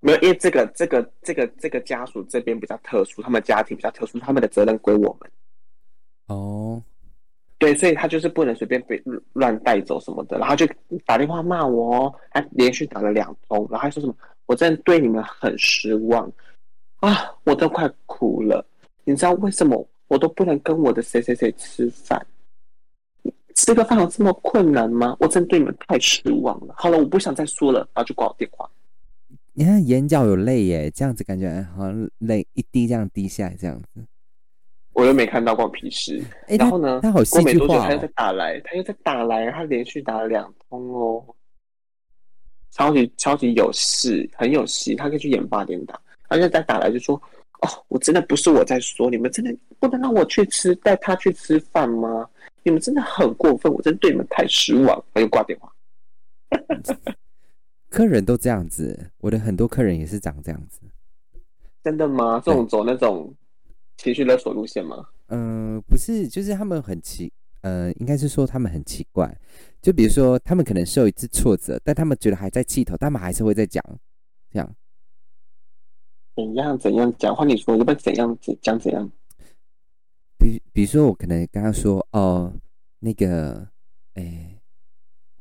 Speaker 2: 没有，因为这个这个这个这个家属这边比较特殊，他们家庭比较特殊，他们的责任归我们。
Speaker 1: 哦，
Speaker 2: 对，所以他就是不能随便被乱带走什么的，然后就打电话骂我哦，还连续打了两通，然后还说什么我真的对你们很失望啊，我都快哭了。你知道为什么我都不能跟我的谁谁谁吃饭？吃个饭有这么困难吗？我真的对你们太失望了。好了，我不想再说了，然后就挂我电话。
Speaker 1: 你看眼角有泪耶，这样子感觉哎好像泪一滴这样滴下来这样子。
Speaker 2: 我又没看到，关我屁事。
Speaker 1: 哎、
Speaker 2: 然
Speaker 1: 他
Speaker 2: 后呢
Speaker 1: 他好
Speaker 2: 过
Speaker 1: 戏
Speaker 2: 没
Speaker 1: 剧
Speaker 2: 多久，
Speaker 1: 化、
Speaker 2: 他又再
Speaker 1: 哦。
Speaker 2: 打来，他又再打来，他连续打了两通哦，超级超级有戏，很有戏，他可以去演八点档。他就再打来就说：“哦，我真的不是我在说，你们真的不能让我去吃，带他去吃饭吗？你们真的很过分，我真的对你们太失望。”他就挂电话。
Speaker 1: 客人都这样子，我的很多客人也是长这样子。
Speaker 2: 真的吗？这种走那种情绪勒索路线吗？
Speaker 1: 嗯、不是，就是他们很奇，呃，应该是说他们很奇怪。就比如说，他们可能受一次挫折，但他们觉得还在气头，他们还是会再讲，这样。
Speaker 2: 怎样怎样讲？换你说，你要不要怎样怎讲怎样？
Speaker 1: 比比如说，我可能跟他说，哦，那个，哎、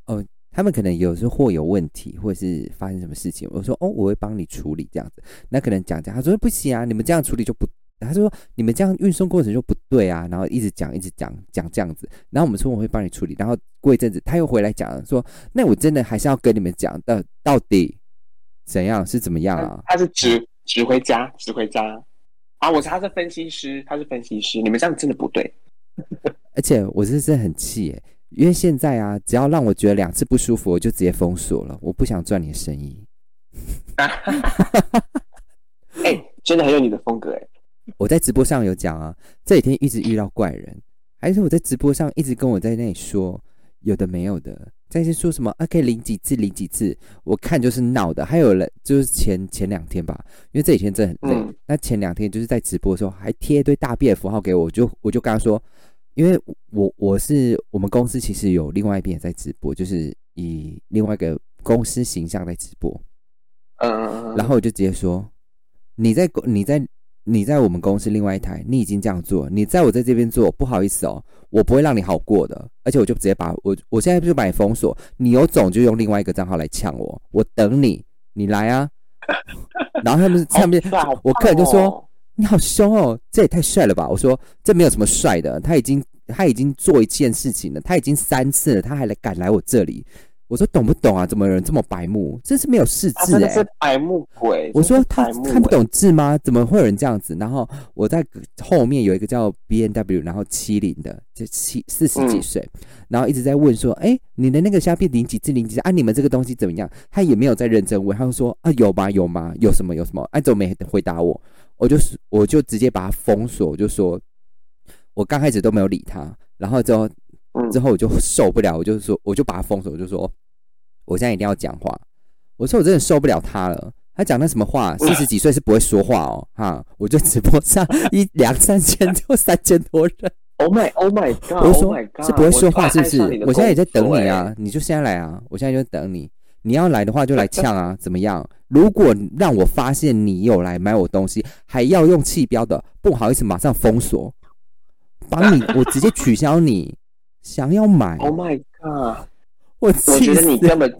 Speaker 1: 哦，他们可能有时候货有问题，或者是发生什么事情，我说，哦，我会帮你处理这样子。那可能讲讲，他说不行啊，你们这样处理就不，他说你们这样运送过程就不对啊，然后一直讲一直讲讲这样子，然后我们说我会帮你处理，然后过一阵子他又回来讲了说，那我真的还是要跟你们讲到到底怎样是怎么样
Speaker 2: 他
Speaker 1: 啊？
Speaker 2: 他是指指挥家，指挥家啊！我是他是分析师，他是分析师。你们这样真的不对。
Speaker 1: 而且我真是很气耶，因为现在啊，只要让我觉得两次不舒服，我就直接封锁了，我不想赚你的生意。
Speaker 2: 哎、真的很有你的风格哎、
Speaker 1: 我在直播上有讲啊，这几天一直遇到怪人，还是我在直播上一直跟我在那里说有的没有的，在是说什么啊可以领几次领几次，我看就是闹的。还有人就是前前两天吧，因为这几天真的很累，
Speaker 2: 嗯
Speaker 1: 那前两天就是在直播的时候还贴一堆大便符号给我，我就我就跟他说，因为我我是我们公司其实有另外一边也在直播，就是以另外一个公司形象在直播，
Speaker 2: 嗯嗯嗯。
Speaker 1: 然后我就直接说，你在公你在你在我们公司另外一台，你已经这样做，你在我在这边做，不好意思哦，我不会让你好过的。而且我就直接把我我现在就把你封锁，你有种就用另外一个账号来呛我，我等你，你来 啊。然后他们
Speaker 2: 好
Speaker 1: 上面、
Speaker 2: 帅好棒
Speaker 1: 我客人就说
Speaker 2: 哦
Speaker 1: 你好凶哦，这也太帅了吧！我说这没有什么帅的，他已经他已经做一件事情了，他已经三次了，他还来敢来我这里。我说懂不懂啊？怎么有人这么白目？真是没有识
Speaker 2: 他
Speaker 1: 字
Speaker 2: 真
Speaker 1: 哎、
Speaker 2: 的是白目鬼。
Speaker 1: 我说
Speaker 2: 真的是
Speaker 1: 他
Speaker 2: 白目
Speaker 1: 看不
Speaker 2: 鬼
Speaker 1: 懂字吗？怎么会有人这样子？然后我在后面有一个叫 B N W，然后七零的，就七四十几
Speaker 2: 嗯
Speaker 1: 岁，然后一直在问说：“哎、你的那个虾片零几次零几次啊？你们这个东西怎么样？”他也没有在认真问，他就说：“啊，有吗？有吗？有什么？有什么？”哎、怎么没回答我？我就是我就直接把他封锁，我就说我刚开始都没有理他，然后之后
Speaker 2: 嗯
Speaker 1: 之后我就受不了，我就说我就把他封锁，我就说我现在一定要讲话。我说我真的受不了他了，他讲那什么话， 四十几岁是不会说话哦，哈！我就直播上 一两三千就三千多人，
Speaker 2: ，Oh my Oh my God，
Speaker 1: 我就
Speaker 2: oh
Speaker 1: 说
Speaker 2: my God,
Speaker 1: 是不会说话是不是
Speaker 2: 我突然爱上你？的
Speaker 1: 我现在也在等
Speaker 2: 工作欸
Speaker 1: 你啊，你就现在来啊，我现在就等你，你要来的话就来呛啊，怎么样？如果让我发现 你有来买我东西，还要用气标的，不好意思，马上封锁。把你，我直接取消你。想要买，
Speaker 2: Oh my god！
Speaker 1: 我
Speaker 2: 我
Speaker 1: 气
Speaker 2: 觉得
Speaker 1: 死
Speaker 2: 你！根本，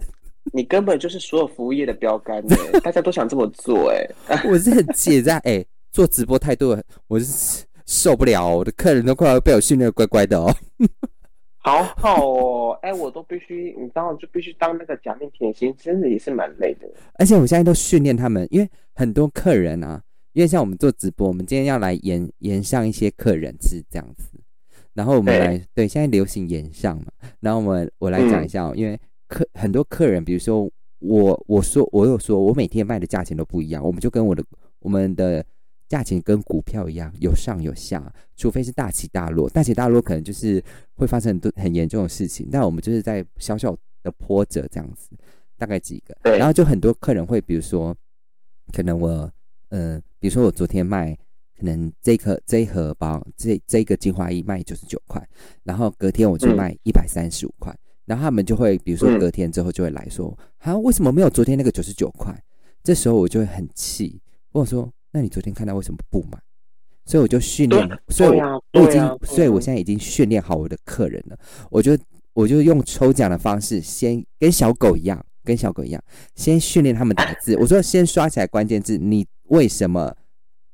Speaker 2: 你根本就是所有服务业的标杆耶大家都想这么做哎。
Speaker 1: 我是很气，在哎、做直播态度，我是受不了，我的客人都快要被我训练得乖乖的哦。
Speaker 2: 好好哦，哎，我都必须，你知道，就必须当那个假面甜心，真的也是蛮累的。
Speaker 1: 而且我现在都训练他们，因为很多客人啊，因为像我们做直播，我们今天要来演演上一些客人是这样子，然后我们
Speaker 2: 对
Speaker 1: 来对嗯现在流行演上嘛，然后我们我来讲一下、哦，因为客很多客人，比如说我我说我有说我每天卖的价钱都不一样，我们就跟我的我们的价钱跟股票一样有上有下，除非是大起大落，大起大落可能就是会发生很多很严重的事情，但我们就是在小小的波折这样子，大概几个，
Speaker 2: 对
Speaker 1: 然后就很多客人会，比如说，可能我，呃，比如说我昨天卖，可能这颗这一盒包，这这个精华液卖九十九块，然后隔天我就
Speaker 2: 嗯
Speaker 1: 卖一百三十五块，然后他们就会，比如说
Speaker 2: 嗯
Speaker 1: 隔天之后就会来说，啊，为什么没有昨天那个九十九块？这时候我就会很气，我说，那你昨天看到为什么不买？所以我就训练，所以我
Speaker 2: 对啊呀，
Speaker 1: 我已
Speaker 2: 对
Speaker 1: 经
Speaker 2: 呀，
Speaker 1: 所以我
Speaker 2: 嗯
Speaker 1: 现在已经训练好我的客人了。我就我就用抽奖的方式，先跟小狗一样，跟小狗一样，先训练他们打字。我说先刷起来关键字，你为什么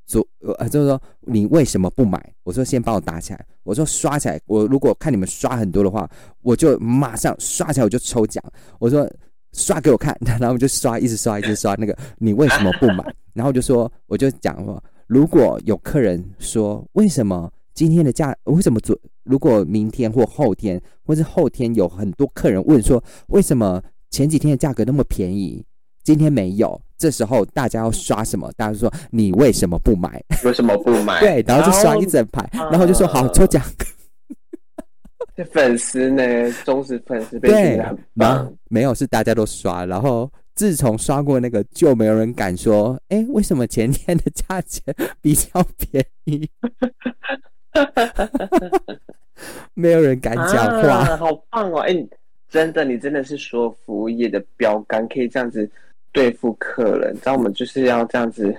Speaker 1: 昨呃就是说你为什么不买？我说先帮我打起来。我说刷起来，我如果看你们刷很多的话，我就马上刷起来我就抽奖。我说刷给我看， 然后我们就刷，一直刷，一直刷那个你为什么不买？然后我就说，我就讲说，如果有客人说为什么今天的价，为什么昨，如果明天或后天或是后天有很多客人问说为什么前几天的价格那么便宜，今天没有，这时候大家要刷什么？大家就说你为什么不买？
Speaker 2: 为什么不买？
Speaker 1: 对，然后就刷一整排，然后就说好抽奖。
Speaker 2: 这粉丝呢，忠实粉丝被训
Speaker 1: 对
Speaker 2: 得很，
Speaker 1: 然
Speaker 2: 棒
Speaker 1: 后。没有是大家都刷，然后自从刷过那个，就没有人敢说，哎，为什么前天的价钱比较便宜？没有人敢讲话，
Speaker 2: 啊，好棒哦！哎、你真的，你真的是说服务业的标杆，可以这样子对付客人。但我们就是要这样子，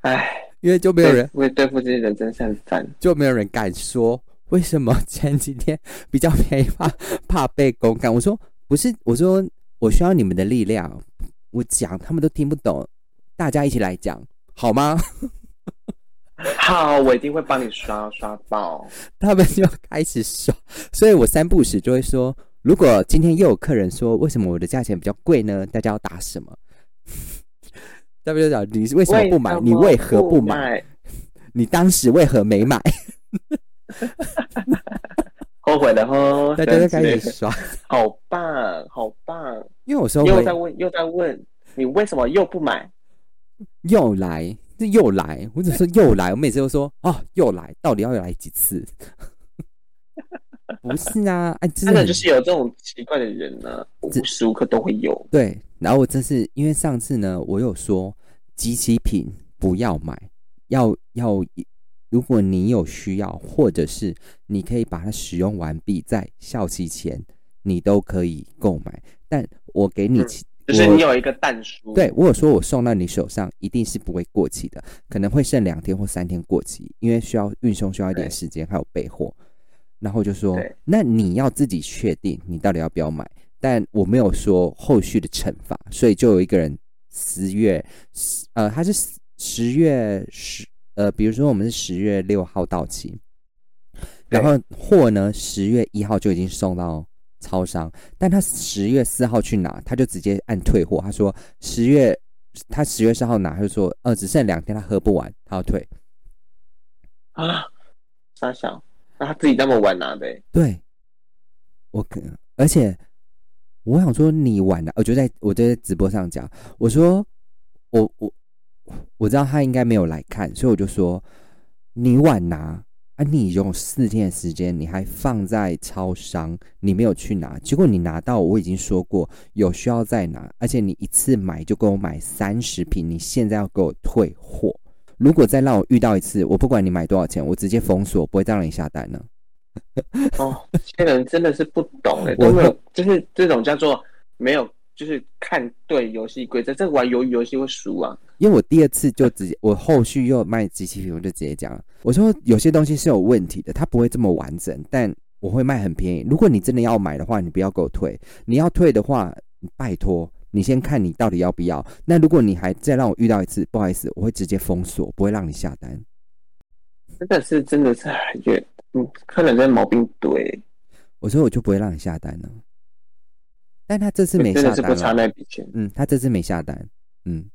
Speaker 2: 哎，
Speaker 1: 因为就没有
Speaker 2: 对
Speaker 1: 啊人，
Speaker 2: 为对付这些人真是很烦。
Speaker 1: 就没有人敢说为什么前几天比较便宜，怕 怕被公干。我说不是，我说我需要你们的力量，我讲他们都听不懂，大家一起来讲好吗？
Speaker 2: 好，我一定会帮你刷刷爆。
Speaker 1: 他们就开始刷，所以我三不五时就会说，如果今天又有客人说为什么我的价钱比较贵呢？大家要打什么？ 他们就讲你为什么不买？你为何不买？？你当时为何没买？
Speaker 2: 后悔了吼！
Speaker 1: 大家就
Speaker 2: 这
Speaker 1: 开
Speaker 2: 样
Speaker 1: 始
Speaker 2: 子
Speaker 1: 刷，
Speaker 2: 好棒，好棒！
Speaker 1: 因为有时候
Speaker 2: 又
Speaker 1: 会
Speaker 2: 在问，又在问，你为什么又不买？
Speaker 1: 又来，这又来，我只说又来，我每次都说哦又来，到底要来几次？ 不是啊，哎，真
Speaker 2: 真
Speaker 1: 的
Speaker 2: 的
Speaker 1: 很
Speaker 2: 就是有这种奇怪的人呢、无时无刻都会有。
Speaker 1: 对，然后我这次因为上次呢，我有说集齐品不要买，要要，如果你有需要，或者是你可以把它使用完毕，在效期前你都可以购买。但我给你
Speaker 2: 嗯
Speaker 1: 其，
Speaker 2: 就是
Speaker 1: 我
Speaker 2: 你有一个蛋书，
Speaker 1: 对，我有说我送到你手上一定是不会过期的，可能会剩两天或三天过期，因为需要运送需要一点
Speaker 2: 对
Speaker 1: 时间，还有备货。然后就说
Speaker 2: 对，
Speaker 1: 那你要自己确定你到底要不要买，但我没有说后续的惩罚，所以就有一个人十月，十呃，他是十十月十，呃，比如说我们是十月六号到期，然后货呢十月一号就已经送到超商，但他十月四号去拿，他就直接按退货，他说十月他十月三号拿，他就说呃只剩两天，他喝不完，他要退。
Speaker 2: 啊，傻小，那他自己那么晚拿的欸、
Speaker 1: 对，我可，而且我想说你晚了，我就在我就在直播上讲，我说我我我知道他应该没有来看，所以我就说你晚拿啊，你用四天的时间，你还放在超商，你没有去拿，结果你拿到，我已经说过有需要再拿，而且你一次买就给我买三十瓶，你现在要给我退货。如果再让我遇到一次，我不管你买多少钱，我直接封锁，不会再让你下单了。
Speaker 2: 哦，这些人真的是不懂哎、欸，
Speaker 1: 我
Speaker 2: 都没有，就是这种叫做没有，就是看对游戏规则，这玩游游戏会输啊。
Speaker 1: 因为我第二次就直接，我后续又卖机器皮，我就直接讲了，我说有些东西是有问题的，它不会这么完整，但我会卖很便宜。如果你真的要买的话，你不要给我退，你要退的话，拜托你先看你到底要不要。那如果你还再让我遇到一次，不好意思，我会直接封锁，不会让你下单。
Speaker 2: 真的是真的是也，嗯，客人真的毛病多欸，
Speaker 1: 我说我就不会让你下单了。嗯但他这次没
Speaker 2: 真
Speaker 1: 下
Speaker 2: 的是不
Speaker 1: 单
Speaker 2: 差
Speaker 1: 了，
Speaker 2: 那笔钱。
Speaker 1: 嗯，他这次没下单，嗯，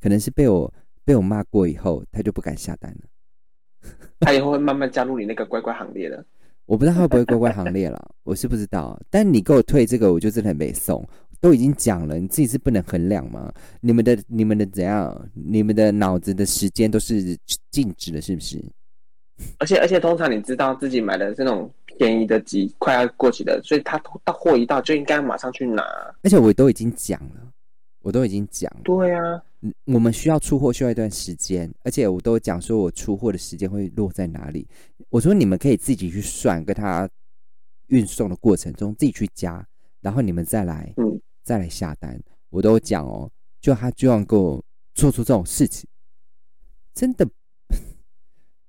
Speaker 1: 可能是被我被我骂过以后，他就不敢下单了。
Speaker 2: 他以后会慢慢加入你那个乖乖行列的。
Speaker 1: 我不知道他会不会乖乖行列了，我是不知道。但你给我退这个，我就真的很没送。都已经讲了，你自己是不能衡量吗？你们的、你们的怎样？你们的脑子的时间都是静止的，是不是？
Speaker 2: 而且而且，通常你知道自己买的是那种便宜的机，快要过期的，所以他到货一到就应该马上去拿。
Speaker 1: 而且我都已经讲了，我都已经讲了，
Speaker 2: 对啊，
Speaker 1: 嗯我们需要出货需要一段时间，而且我都讲说我出货的时间会落在哪里。我说你们可以自己去算，跟他运送的过程中自己去加，然后你们再来，
Speaker 2: 嗯
Speaker 1: 再来下单。我都讲哦，就他居然给我做出这种事情，真的，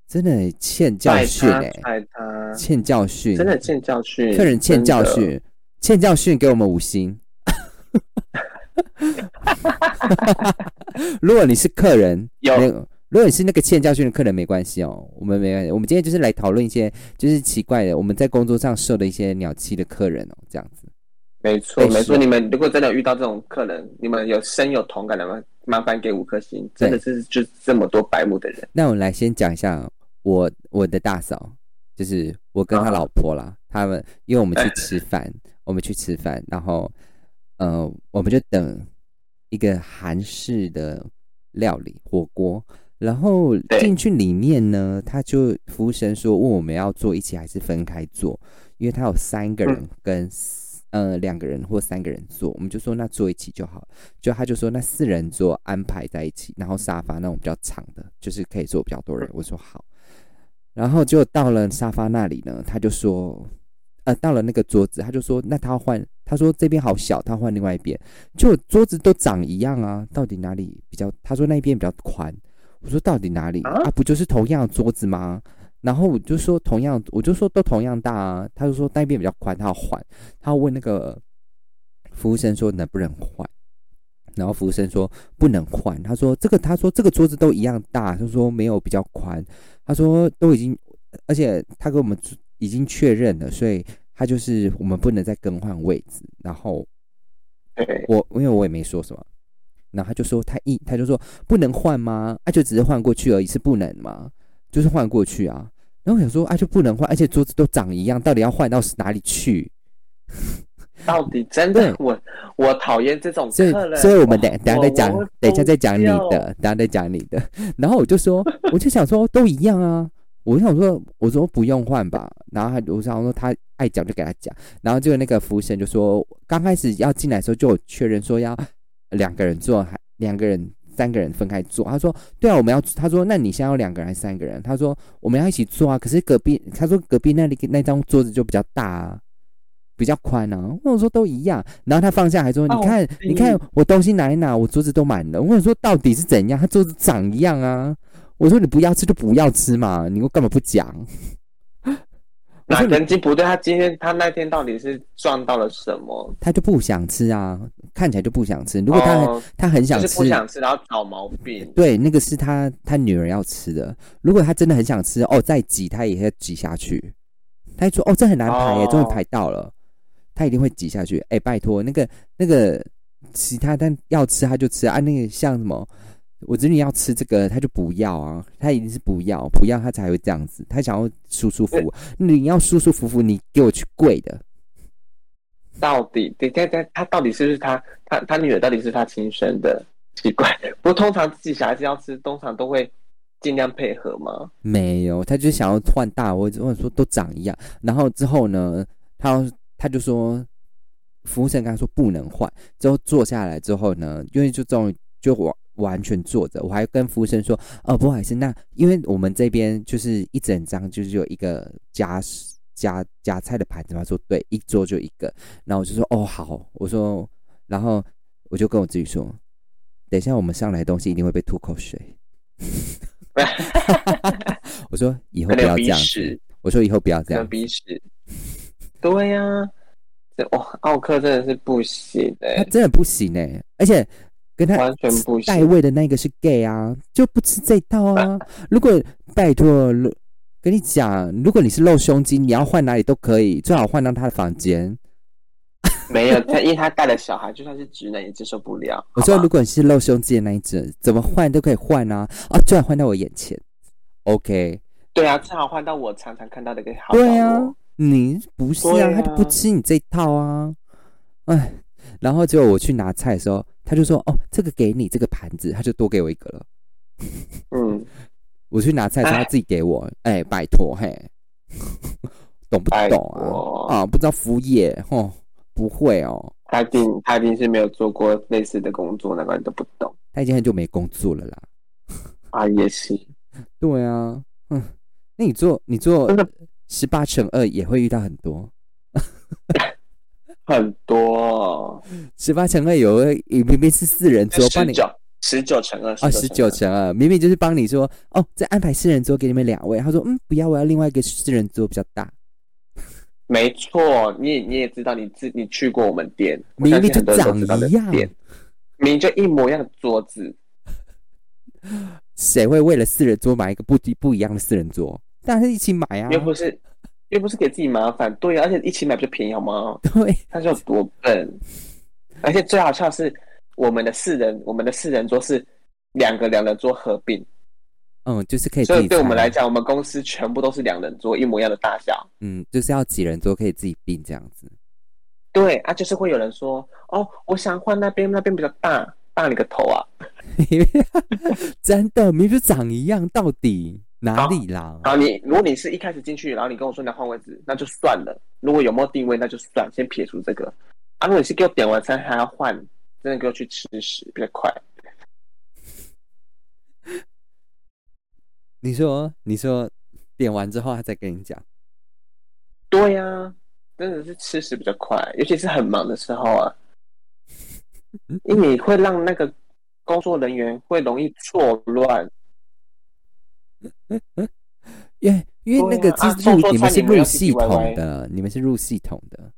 Speaker 1: 真的欠教
Speaker 2: 踹
Speaker 1: 训
Speaker 2: 他
Speaker 1: 哎、
Speaker 2: 踹他，
Speaker 1: 欠教训，欸
Speaker 2: 真的欠教训，
Speaker 1: 客人欠教
Speaker 2: 真的。
Speaker 1: 训，欠教训，给我们五星。 如果你是客人，
Speaker 2: 有
Speaker 1: 没如果你是那个欠教训的客人，没关系哦，我们没关系。我们今天就是来讨论一些就是奇怪的，我们在工作上受的一些鸟气的客人哦，这样子。
Speaker 2: 没错
Speaker 1: 被
Speaker 2: 没错，
Speaker 1: 洗
Speaker 2: 你们如果真的有遇到这种客人，你们有深有同感的吗？麻烦给五颗星，真的是就是这么多白目的人，
Speaker 1: 那我来先讲一下我我的大嫂，就是我跟她
Speaker 2: 啊
Speaker 1: 老婆啦，他们因为我们去吃饭，我们去吃饭，然后呃，我们就等一个韩式的料理火锅，然后
Speaker 2: 对
Speaker 1: 进去里面呢，他就服务生说问我们要坐一起还是分开坐，因为他有三个人跟、呃两个人或三个人坐，我们就说那坐一起就好了。就他就说那四人桌安排在一起，然后沙发那种比较长的，就是可以坐比较多人。我说好，然后就到了沙发那里呢，他就说，呃，到了那个桌子，他就说那他要换，他说这边好小，他换另外一边，就桌子都长一样啊，到底哪里比较？他说那一边比较宽，我说到底哪里
Speaker 2: 啊
Speaker 1: 啊？不就是同样的桌子吗？然后我就说同样，我就说都同样大啊，他就说那一边比较宽，他要换，他要问那个服务生说能不能换。然后服务生说不能换，他说这个他说这个桌子都一样大，他说没有比较宽，他说都已经，而且他跟我们已经确认了，所以他就是我们不能再更换位置。然后
Speaker 2: 对，
Speaker 1: 我因为我也没说什么，然后他就说他一他就说不能换吗？啊，就只是换过去而已，是不能吗？就是换过去啊。然后我想说啊，就不能换，而且桌子都长一样，到底要换到哪里去？
Speaker 2: 到底真的
Speaker 1: 对
Speaker 2: 我我讨厌这种
Speaker 1: 所以
Speaker 2: 客，人，
Speaker 1: 所以我们等等一下再
Speaker 2: 我我会
Speaker 1: 讲，等一下再讲你
Speaker 2: 疯掉
Speaker 1: 的，等一下再讲你的。然后我就 说，我就想说都一样啊。我就想说，我说不用换吧。然后他我想说他爱讲就给他讲。然后就那个服务生就说，刚开始要进来的时候就有确认说要两个人坐，还两个人、三个人分开坐。他说对啊，我们要。他说那你现在要两个人还是三个人？他说我们要一起坐啊。可是隔壁他说隔壁那里那张桌子就比较大啊。比较宽啊，我想说都一样，然后他放下还说：“
Speaker 2: 哦
Speaker 1: 你看，
Speaker 2: 对
Speaker 1: 你看我东西哪一拿，我桌子都满了。”我想说到底是怎样？他桌子长一样啊！我说你不要吃就不要吃嘛，你又干嘛不讲？我
Speaker 2: 哪
Speaker 1: 说你
Speaker 2: 根筋不对？他今天他那天到底是撞到了什么？
Speaker 1: 他就不想吃啊，看起来就不想吃。如果他、
Speaker 2: 哦、
Speaker 1: 他很想
Speaker 2: 就
Speaker 1: 吃，
Speaker 2: 是不想吃，然后找毛病。
Speaker 1: 对，那个是他他女儿要吃的。如果他真的很想吃，哦，再挤他也要挤下去。他就说：“哦，这很难排耶，终于
Speaker 2: 哦
Speaker 1: 排到了。”他一定会挤下去。哎，拜托，那个那个其他但要吃他就吃啊，那个像什么，我侄女要吃这个，他就不要啊，他一定是不要不要，他才会这样子。他想要舒舒服服，你要舒舒服服，你给我去贵的。
Speaker 2: 到底，对，他他他到底是不是他他他女儿到底是他亲生的？奇怪，不过通常自己小孩子要吃，通常都会尽量配合嘛。
Speaker 1: 没有，他就想要换大，我我说都长一样。然后之后呢，他他就说，服务生跟他说不能换。之后坐下来之后呢，因为就这种就完完全坐着，我还跟服务生说，哦，不好意思，那因为我们这边就是一整张就是有一个夹夹夹菜的盘子嘛，他说对，一桌就一个。然后我就说哦好，我说，然后我就跟我自己说，等一下我们上来的东西一定会被吐口水。 我说以后
Speaker 2: 可
Speaker 1: 不
Speaker 2: 能有
Speaker 1: 要这
Speaker 2: 鼻
Speaker 1: 样
Speaker 2: 屎
Speaker 1: 子，，我说以后不要这
Speaker 2: 可能
Speaker 1: 样
Speaker 2: 有，鼻屎。对呀、这哇，奥克真的是不行哎、
Speaker 1: 他真的不行哎、而且跟他
Speaker 2: 完全不行
Speaker 1: 代位的那个是 gay 啊，就不吃这一套啊。如果拜托，如跟你讲，如果你是露胸肌，你要换哪里都可以，最好换到他的房间。
Speaker 2: 没有他，因为他带了小孩，就算是直男也接受不了。
Speaker 1: 我
Speaker 2: 好
Speaker 1: 说，
Speaker 2: 吧
Speaker 1: 如果你是露胸肌的那一种，怎么换都可以换啊，啊，最好换到我眼前。OK，
Speaker 2: 对啊，正好换到我常常看到的一个好角落
Speaker 1: 对啊，你不是
Speaker 2: 对
Speaker 1: 啊，
Speaker 2: 啊
Speaker 1: 他就不吃你这一套啊。哎，然后结果我去拿菜的时候，他就说：“哦，这个给你，这个盘子。”他就多给我一个了。
Speaker 2: 嗯，
Speaker 1: 我去拿菜的时候，
Speaker 2: 哎
Speaker 1: 他自己给我，哎、拜托，嘿， 懂不
Speaker 2: 拜
Speaker 1: 懂
Speaker 2: 托
Speaker 1: 啊？啊，不知道服务业，吼，不会哦，
Speaker 2: 他一定他一定是没有做过类似的工作，难怪你都不懂
Speaker 1: 他已经很久没工作了啦。
Speaker 2: 啊，也是
Speaker 1: 对啊，嗯，那你做你做
Speaker 2: 真的
Speaker 1: 十八乘二也会遇到很多，
Speaker 2: 很多，
Speaker 1: 十八乘二有个明明是四人桌，帮
Speaker 2: 十
Speaker 1: 你
Speaker 2: 九十九乘二，
Speaker 1: 哦，十九
Speaker 2: 乘
Speaker 1: 乘二，明明就是帮你说哦，再安排四人桌给你们两位，他说嗯，不要，我要另外一个四人桌比较大，
Speaker 2: 二，没错，你也你也知道，你自你去过我们店，我
Speaker 1: 明
Speaker 2: 相
Speaker 1: 明就
Speaker 2: 信很多人都
Speaker 1: 长
Speaker 2: 知道的
Speaker 1: 一样，
Speaker 2: 店，明明就一模一样的桌子，
Speaker 1: 谁会为了四人桌买一个不不一样的四人桌？大家一起买啊，
Speaker 2: 又不是又不是给自己麻烦，对啊，而且一起买不就便宜好吗？
Speaker 1: 对，
Speaker 2: 他是有多笨？而且最好笑的是，我们的四人，我们的四人桌是两个两人桌合并，
Speaker 1: 嗯，就是可以自
Speaker 2: 所
Speaker 1: 己
Speaker 2: 以对我们
Speaker 1: 猜
Speaker 2: 来，讲，我们公司全部都是两人桌，一模一样的大小。
Speaker 1: 嗯，就是要几人桌可以自己并这样子。
Speaker 2: 对啊，就是会有人说，哦，我想换那边，那边比较大，大你个头啊！
Speaker 1: 真的，明明就长一样，到底哪里啦？
Speaker 2: 然后你，如果你是一开始进去，然后你跟我说你要换位置，那就算了。如果有没有定位，那就算，先撇除这个。啊，如果你是给我点完餐还要换，真的给我去吃屎比较快。
Speaker 1: 你说，你说，点完之后他再跟你讲，
Speaker 2: 对呀、真的是吃屎比较快，尤其是很忙的时候啊，因为你会让那个工作人员会容易错乱。
Speaker 1: 因为因为
Speaker 2: 对
Speaker 1: 那个
Speaker 2: 啊啊
Speaker 1: 是
Speaker 2: 送
Speaker 1: 入、
Speaker 2: 桌
Speaker 1: 你们
Speaker 2: 餐
Speaker 1: 是
Speaker 2: 你们
Speaker 1: 入
Speaker 2: 要
Speaker 1: 系
Speaker 2: TTYY
Speaker 1: 统的，你们是入系统的，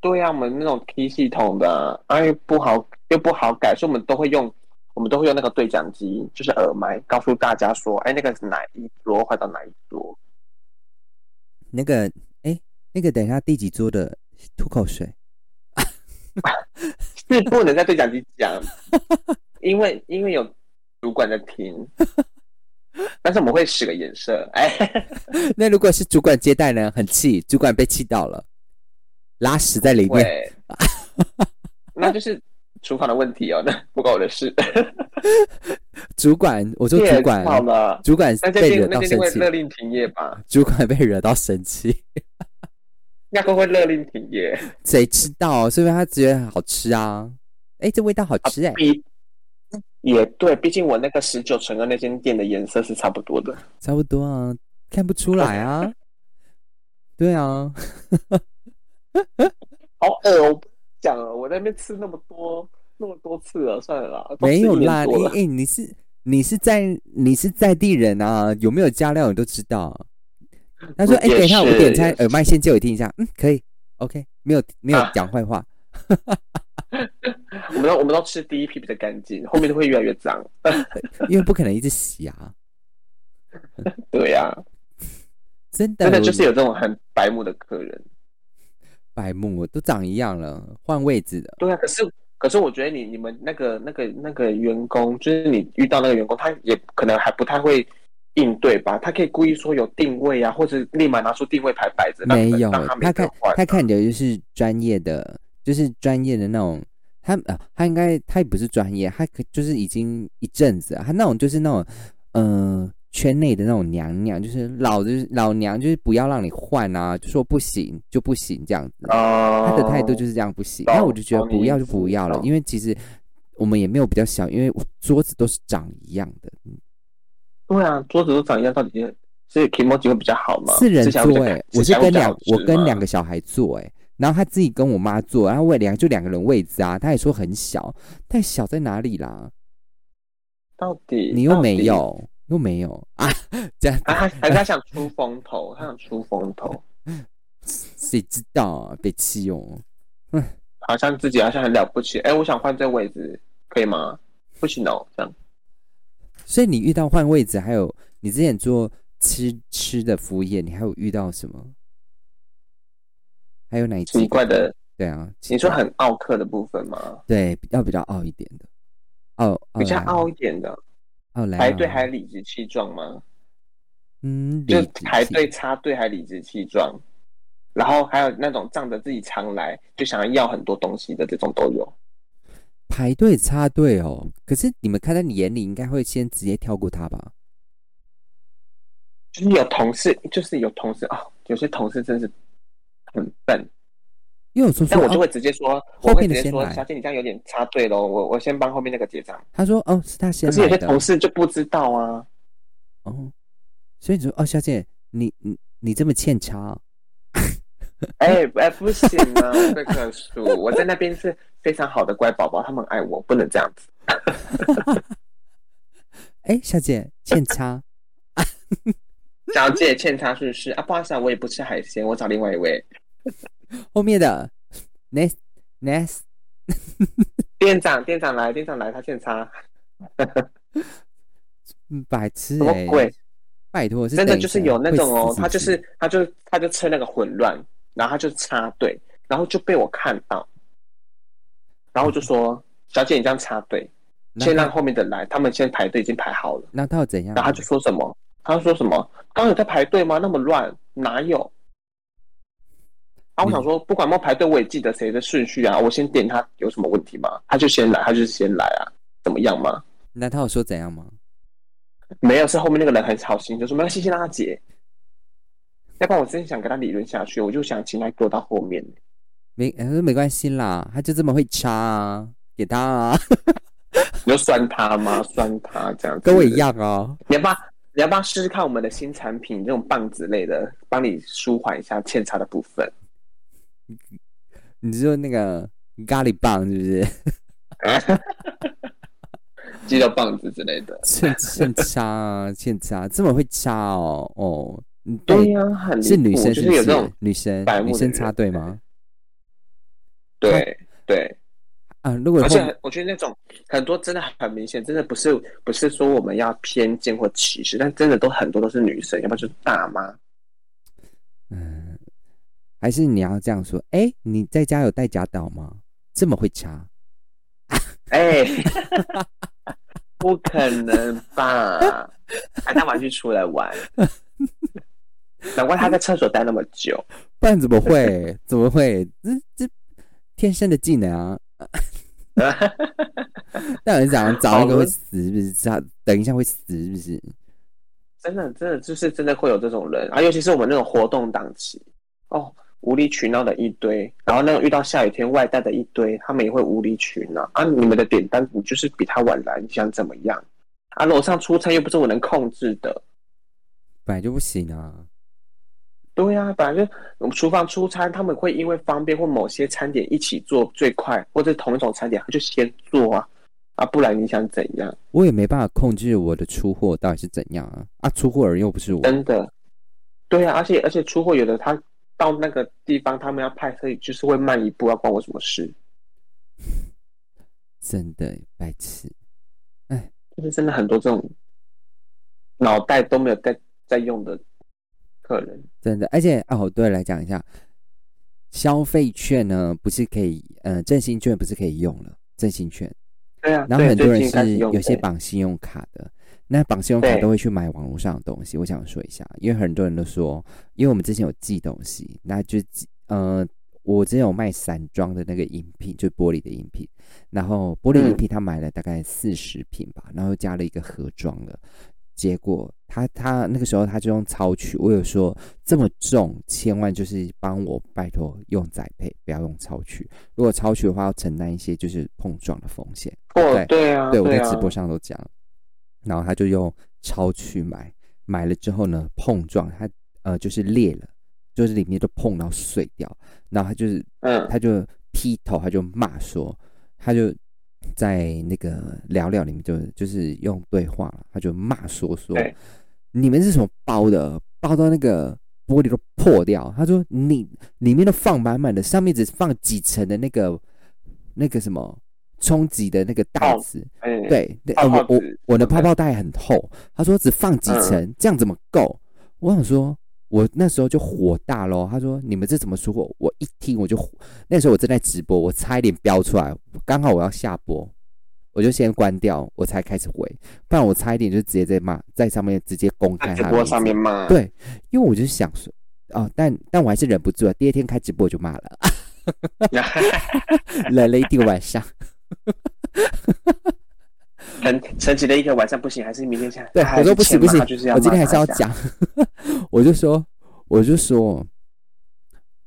Speaker 2: 对呀、我们那种 T 系统的，哎、又不好又不好改，所以我们都会用，我们都会用那个对讲机，就是耳麦，告诉大家说，哎，那个是哪一桌换到哪一桌。
Speaker 1: 那个哎、那个等一下第几桌的吐口水，
Speaker 2: 是不能在对讲机讲， 因为因为有主管在听，但是我们会使个眼色，哎，
Speaker 1: 那如果是主管接待呢，很气，主管被气到了，拉屎在里面，
Speaker 2: 会，那就是厨房的问题哦，那不关我的事。
Speaker 1: 主管，我说主 管，
Speaker 2: 好了，
Speaker 1: 主管
Speaker 2: 那这
Speaker 1: 被
Speaker 2: 边
Speaker 1: 惹
Speaker 2: 那
Speaker 1: 到
Speaker 2: 这
Speaker 1: 生
Speaker 2: 边会
Speaker 1: 气，
Speaker 2: 勒令停 业吧？
Speaker 1: 主管被惹到生气。
Speaker 2: 那个会勒令停业，
Speaker 1: 谁知道？是不是他觉得好吃啊？哎、这味道好吃哎、
Speaker 2: 啊毕也对，毕竟我那个十九乘二那间店的颜色是差不多的。
Speaker 1: 差不多啊，看不出来 啊。对
Speaker 2: 哦
Speaker 1: 啊，
Speaker 2: 好恶，哦我不讲了，我在那边吃那么多那么多次了，算了啦，都吃
Speaker 1: 没有
Speaker 2: 一年
Speaker 1: 啦，
Speaker 2: 多
Speaker 1: 你哎、
Speaker 2: 了
Speaker 1: 诶你是你是在你是在地人啊，有没有加料你都知道。他说：“哎、
Speaker 2: 也
Speaker 1: 等一下，我
Speaker 2: 是
Speaker 1: 点餐
Speaker 2: 也，是
Speaker 1: 耳麦先借我听一下。嗯，可以，OK，没有没有
Speaker 2: 啊
Speaker 1: 讲坏话。
Speaker 2: 我们都我们都吃第一批比较干净，后面就会越来越脏。
Speaker 1: 因为不可能一直洗啊，
Speaker 2: 对呀、
Speaker 1: 真的，
Speaker 2: 真的就是
Speaker 1: 我
Speaker 2: 有这种很白目的客人。
Speaker 1: 白目，都长一样了，换位置的，
Speaker 2: 对啊，可是可是我觉得你你们那个那个那个员工，就是你遇到那个员工，他也可能还不太会应对吧？他可以故意说有定位啊，或者立马拿出定位牌摆着，让
Speaker 1: 没有
Speaker 2: 让他没
Speaker 1: 他
Speaker 2: 得
Speaker 1: 看
Speaker 2: 换。啊
Speaker 1: 他看的就是专业的，就是专业的那种。他呃，他应该他也不是专业，他可就是已经一阵子啊，他那种就是那种，呃，圈内的那种娘娘，就是老就是老娘，就是不要让你换啊，就说不行就不行这样子。
Speaker 2: 啊
Speaker 1: 他的态度就是这样不行，
Speaker 2: 懂
Speaker 1: 那我就觉得
Speaker 2: 懂你
Speaker 1: 不要
Speaker 2: 意
Speaker 1: 就
Speaker 2: 思
Speaker 1: 不要了，
Speaker 2: 懂
Speaker 1: 因为其实我们也没有比较小，因为桌子都是长一样的，
Speaker 2: 对啊，桌子都长一样，到底是 emoji 会比较好吗？
Speaker 1: 四人
Speaker 2: 是想要比
Speaker 1: 座
Speaker 2: 较
Speaker 1: 哎、
Speaker 2: 干
Speaker 1: 我是跟两我跟
Speaker 2: 是想要比较好吃吗
Speaker 1: 两个小孩坐哎、然后他自己跟我妈坐，然后位两就两个人位置啊，他也说很小，但小在哪里啦？
Speaker 2: 到底
Speaker 1: 你又没
Speaker 2: 到底
Speaker 1: 有，又没有啊？这样
Speaker 2: 啊？他还是他想出风头，他想出风头，
Speaker 1: 谁知道啊？被气哦。
Speaker 2: 好像自己好像很了不起。哎、我想换这位置，可以吗？不行哦，这样
Speaker 1: 所以你遇到换位置，还有你之前做吃吃的服务业，你还有遇到什么？还有哪一
Speaker 2: 奇
Speaker 1: 种？
Speaker 2: 怪的。
Speaker 1: 对啊，
Speaker 2: 你说很傲客的部分吗？
Speaker 1: 对，要比较傲一点的，傲傲
Speaker 2: 比较
Speaker 1: 来
Speaker 2: 傲一点的，
Speaker 1: 傲来啊
Speaker 2: 排队还理直气壮吗？
Speaker 1: 嗯，
Speaker 2: 就
Speaker 1: 理直
Speaker 2: 排
Speaker 1: 气
Speaker 2: 队插队还理直气壮，然后还有那种仗着自己常来就想要要很多东西的这种都有。
Speaker 1: 排队插队哦。可是你们看在你眼里，应该会先直接跳过他吧？
Speaker 2: 就是有同事，就是有同事啊、有些同事真是很笨，
Speaker 1: 因为我说说
Speaker 2: 但我就
Speaker 1: 哦
Speaker 2: 会直接说，
Speaker 1: 后
Speaker 2: 我会
Speaker 1: 面的
Speaker 2: 直接
Speaker 1: 先
Speaker 2: 说，
Speaker 1: 来
Speaker 2: 小姐你这样有点插队喽，我我先帮后面那个结账。
Speaker 1: 他说哦是他先
Speaker 2: 可
Speaker 1: 来
Speaker 2: 是
Speaker 1: 的，
Speaker 2: 有些同事就不知道 啊，
Speaker 1: 哦，所以你说哦，小姐，你你你这么欠差，
Speaker 2: 哎哎不行啊，我被克数， 我在那边是非常好的乖宝宝，他们爱我，不能这样子。
Speaker 1: 哎，小姐欠 差，
Speaker 2: 小姐欠他是不是啊？不好意思啊，我也不吃海鲜，我找另外一位
Speaker 1: 后面的 next next。
Speaker 2: 店长，店长来，店长来，他欠差。
Speaker 1: 嗯，白痴
Speaker 2: 什么
Speaker 1: 哎、
Speaker 2: 鬼
Speaker 1: 拜托，是
Speaker 2: 真的
Speaker 1: 等一
Speaker 2: 就是
Speaker 1: 下
Speaker 2: 有那
Speaker 1: 会
Speaker 2: 种哦，
Speaker 1: 死
Speaker 2: 他
Speaker 1: 是不
Speaker 2: 就是他就是他就趁那个混乱，然后他就插队，然后就被我看到，然后我就说：“小姐，你这样插队，
Speaker 1: 那
Speaker 2: 先
Speaker 1: 他
Speaker 2: 让后面的来，他们现在排队已经排好了。
Speaker 1: 那他要怎”样？
Speaker 2: 然后他就说什么？他就说什么？刚刚有在排队吗？那么乱，哪有？啊，
Speaker 1: 嗯
Speaker 2: 我想说，不管有没有排队，我也记得谁的顺序啊。我先点他有什么问题吗？他就先来，他就是先来啊，怎么样吗？
Speaker 1: 那他有说怎样吗？
Speaker 2: 没有，是后面那个人很好心，就说没关系，先让他结。要不然我真想跟他理论下去，我就想请他给我到后面。
Speaker 1: 没，他说没关系啦，他就这么会插啊，给他 啊，
Speaker 2: 你就酸他吗？酸他这样子
Speaker 1: 跟我一。样哦。
Speaker 2: 你要不要你要不要试试看我们的新产品这种棒子类的，帮你舒缓一下欠差的部分？
Speaker 1: 你是说那个咖喱棒是不是？
Speaker 2: 肌肉棒子之类的。
Speaker 1: 欠欠插啊， 欠插，这么会插哦哦。嗯
Speaker 2: 对呀、很离谱
Speaker 1: 是女生
Speaker 2: 就是是
Speaker 1: 不
Speaker 2: 有
Speaker 1: 是？
Speaker 2: 这种
Speaker 1: 女生
Speaker 2: 白目
Speaker 1: 女
Speaker 2: 的
Speaker 1: 生
Speaker 2: 人
Speaker 1: 插队吗？
Speaker 2: 对对，
Speaker 1: 啊，如果
Speaker 2: 而
Speaker 1: 后
Speaker 2: 且很我觉得那种很多真的很明显，真的不是不是说我们要偏见或歧视，但真的都很多都是女生，要不然就是大妈。
Speaker 1: 嗯，还是你要这样说，哎，你在家有带假岛吗？这么会插，
Speaker 2: 哎、不可能吧？哎还带玩具出来玩，难怪他在厕所待那么久。
Speaker 1: 不然怎么 会？怎么会？这这天生的技能 啊！但很想找一个会死，是不是？他等一下会死，是不是？
Speaker 2: 真的，真的就是真的会有这种人啊，尤其是我们那种活动档期哦，无理取闹的一堆，然后那种遇到下雨天外带的一堆，他们也会无理取闹啊。你们的点单你就是比他晚来，你想怎么样？啊，楼上出差又不是我能控制的。
Speaker 1: 本来就不行啊！
Speaker 2: 对呀、本来就我们厨房出餐，他们会因为方便或某些餐点一起做最快，或者同一种餐点，他就先做啊啊，不然你想怎样？
Speaker 1: 我也没办法控制我的出货到底是怎样啊！啊，出货人又不是我，
Speaker 2: 真的，对啊，而且而且出货有的他到那个地方，他们要派，所以就是会慢一步，要关我什么事？
Speaker 1: 真的白痴。
Speaker 2: 就是真的很多这种脑袋都没有在在用的客人，
Speaker 1: 真的，而且哦，对，来讲一下，消费券呢不是可以，呃，振兴券不是可以用了，振兴券，
Speaker 2: 对啊，
Speaker 1: 然后
Speaker 2: 对
Speaker 1: 很多
Speaker 2: 最
Speaker 1: 人
Speaker 2: 近开始
Speaker 1: 是
Speaker 2: 用
Speaker 1: 有些
Speaker 2: 对
Speaker 1: 绑信用卡的，那绑信用卡
Speaker 2: 对
Speaker 1: 都会去买网络上的东西。我想说一下，因为很多人都说，因为我们之前有寄东西，那就寄呃，我之前有卖散装的那个饮品，就是玻璃的饮品，然后玻璃
Speaker 2: 嗯
Speaker 1: 饮品他买了大概四十瓶吧，然后加了一个盒装的，结果他他那个时候他就用超取，我有说这么重，千万就是帮我拜托用载配，不要用超取，如果超取的话要承担一些就是碰撞的风险。
Speaker 2: 哦，对啊，
Speaker 1: 对，我在
Speaker 2: 啊
Speaker 1: 直播上都讲。然后他就用超去买，买了之后呢，碰撞它呃就是裂了，就是里面都碰到碎掉，然后他就是
Speaker 2: 嗯
Speaker 1: 他就劈头，他就骂说，他就在那个聊聊里面就就是用对话了，他就骂说说
Speaker 2: 对，
Speaker 1: 你们是什么包的，包到那个玻璃都破掉。他说你里面都放满满的，上面只放几层的那个那个什么冲击的那个袋
Speaker 2: 泡
Speaker 1: 子，
Speaker 2: 哎，
Speaker 1: 对，那
Speaker 2: 泡
Speaker 1: 呃
Speaker 2: 泡
Speaker 1: 我我
Speaker 2: 纸嗯
Speaker 1: 我的
Speaker 2: 对
Speaker 1: 泡泡袋很厚，他说只放几层，这样怎么够？我想说，我那时候就火大咯。他说你们这怎么说我？我一听我就火，那时候我正在直播，我差一点飙出来，刚好我要下播，我就先关掉，我才开始回，不然我差一点就直接在骂，在上面直接公开他
Speaker 2: 在直
Speaker 1: 的
Speaker 2: 播
Speaker 1: 名
Speaker 2: 上
Speaker 1: 字
Speaker 2: 面骂，
Speaker 1: 对，因为我就想说，哦，但但我还是忍不住了，第二天开直播我就骂了， 忍了一个晚上。
Speaker 2: 沉沉寂了一个晚上不行，还是明天下。
Speaker 1: 对
Speaker 2: 他，
Speaker 1: 我说不
Speaker 2: 是
Speaker 1: 行不
Speaker 2: 欠
Speaker 1: 行
Speaker 2: 骂就是，要
Speaker 1: 我今天还
Speaker 2: 骂
Speaker 1: 是要
Speaker 2: 他一下。
Speaker 1: 讲， 我就说，我就说，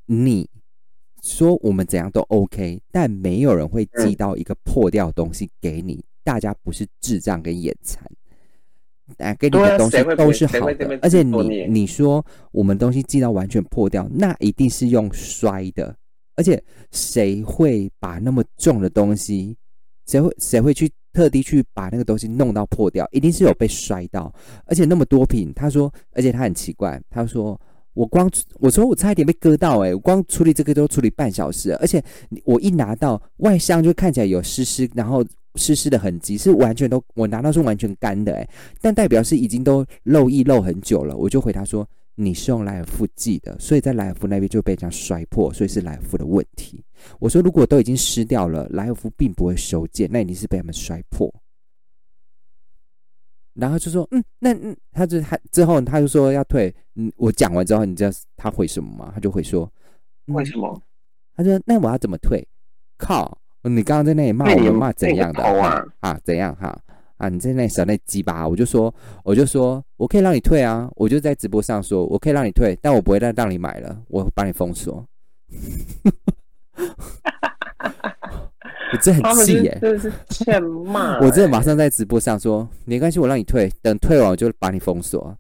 Speaker 1: 你说我们怎样都 OK，但没有人会寄
Speaker 2: 嗯
Speaker 1: 到一个破掉的东西给你，大家不是智障跟眼馋。哎，给你
Speaker 2: 对
Speaker 1: 的
Speaker 2: 啊
Speaker 1: 东
Speaker 2: 谁
Speaker 1: 西
Speaker 2: 会
Speaker 1: 都
Speaker 2: 给
Speaker 1: 是
Speaker 2: 谁
Speaker 1: 好
Speaker 2: 会这
Speaker 1: 的
Speaker 2: 边，
Speaker 1: 而且
Speaker 2: 自作
Speaker 1: 你
Speaker 2: 孽
Speaker 1: 你说我们东西寄到完全破掉，那一定是用摔的，而且谁会把那么重的东西，谁会谁会去特地去把那个东西弄到破掉？一定是有被摔到，而且那么多瓶，他说，而且他很奇怪，他说。我光我说我差一点被割到哎、我光处理这个都处理半小时了，而且你我一拿到外箱就看起来有湿湿，然后湿湿的痕迹是完全都我拿到是完全干的哎、但代表是已经都漏液漏很久了，我就回他说你是用莱尔夫寄的，所以在莱尔夫那边就被人家摔破，所以是莱尔夫的问题。我说如果都已经湿掉了，莱尔夫并不会修建，那一定是被他们摔破。然后就说，嗯，那嗯，他就他之后他就说要退，嗯，我讲完之后，你知道他回什么吗？他就回说，嗯
Speaker 2: 为什么？
Speaker 1: 他说那我要怎么退？靠，你刚刚在那里骂
Speaker 2: 那
Speaker 1: 我
Speaker 2: 你
Speaker 1: 们骂怎样的
Speaker 2: 那你头啊
Speaker 1: 啊怎样哈啊你在那里耍那鸡巴，我就说我就说我可以让你退啊，我就在直播上说我可以让你退，但我不会再让你买了，我把你封锁。我真的
Speaker 2: 他
Speaker 1: 很
Speaker 2: 们
Speaker 1: 气
Speaker 2: 真
Speaker 1: 耶、。
Speaker 2: 真的是欠 骂欸
Speaker 1: 我真的
Speaker 2: 这
Speaker 1: 马上在直播上说没关系，我让你退，等退完我就把你封锁。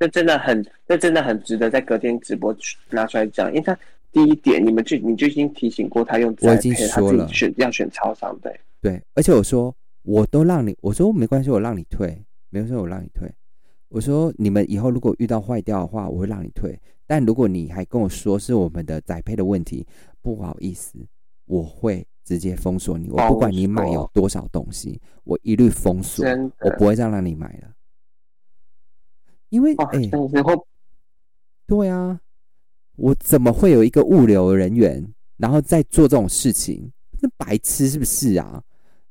Speaker 2: 这真的很，这真的很值得在隔天直播去拿出来讲，因为他第一点，你们就你就已经提醒过他用
Speaker 1: 我已
Speaker 2: 宅
Speaker 1: 经
Speaker 2: 配他
Speaker 1: 说
Speaker 2: 自己
Speaker 1: 了
Speaker 2: 选要选超商欸对，
Speaker 1: 对，而且我说我都让你，我说没关系，我让你退，没有说我让你退。我说你们以后如果遇到坏掉的话，我会让你退。但如果你还跟我说是我们的宅配的问题，不好意思，我会直接封锁你。我不管你买
Speaker 2: 封
Speaker 1: 有
Speaker 2: 锁
Speaker 1: 多少东西，我一律封锁，
Speaker 2: 真
Speaker 1: 我
Speaker 2: 的
Speaker 1: 不会再让你买了。因为
Speaker 2: 哇，
Speaker 1: 哎、
Speaker 2: 真的是会
Speaker 1: 对啊，我怎么会有一个物流人员，然后再做这种事情？那白痴是不是啊？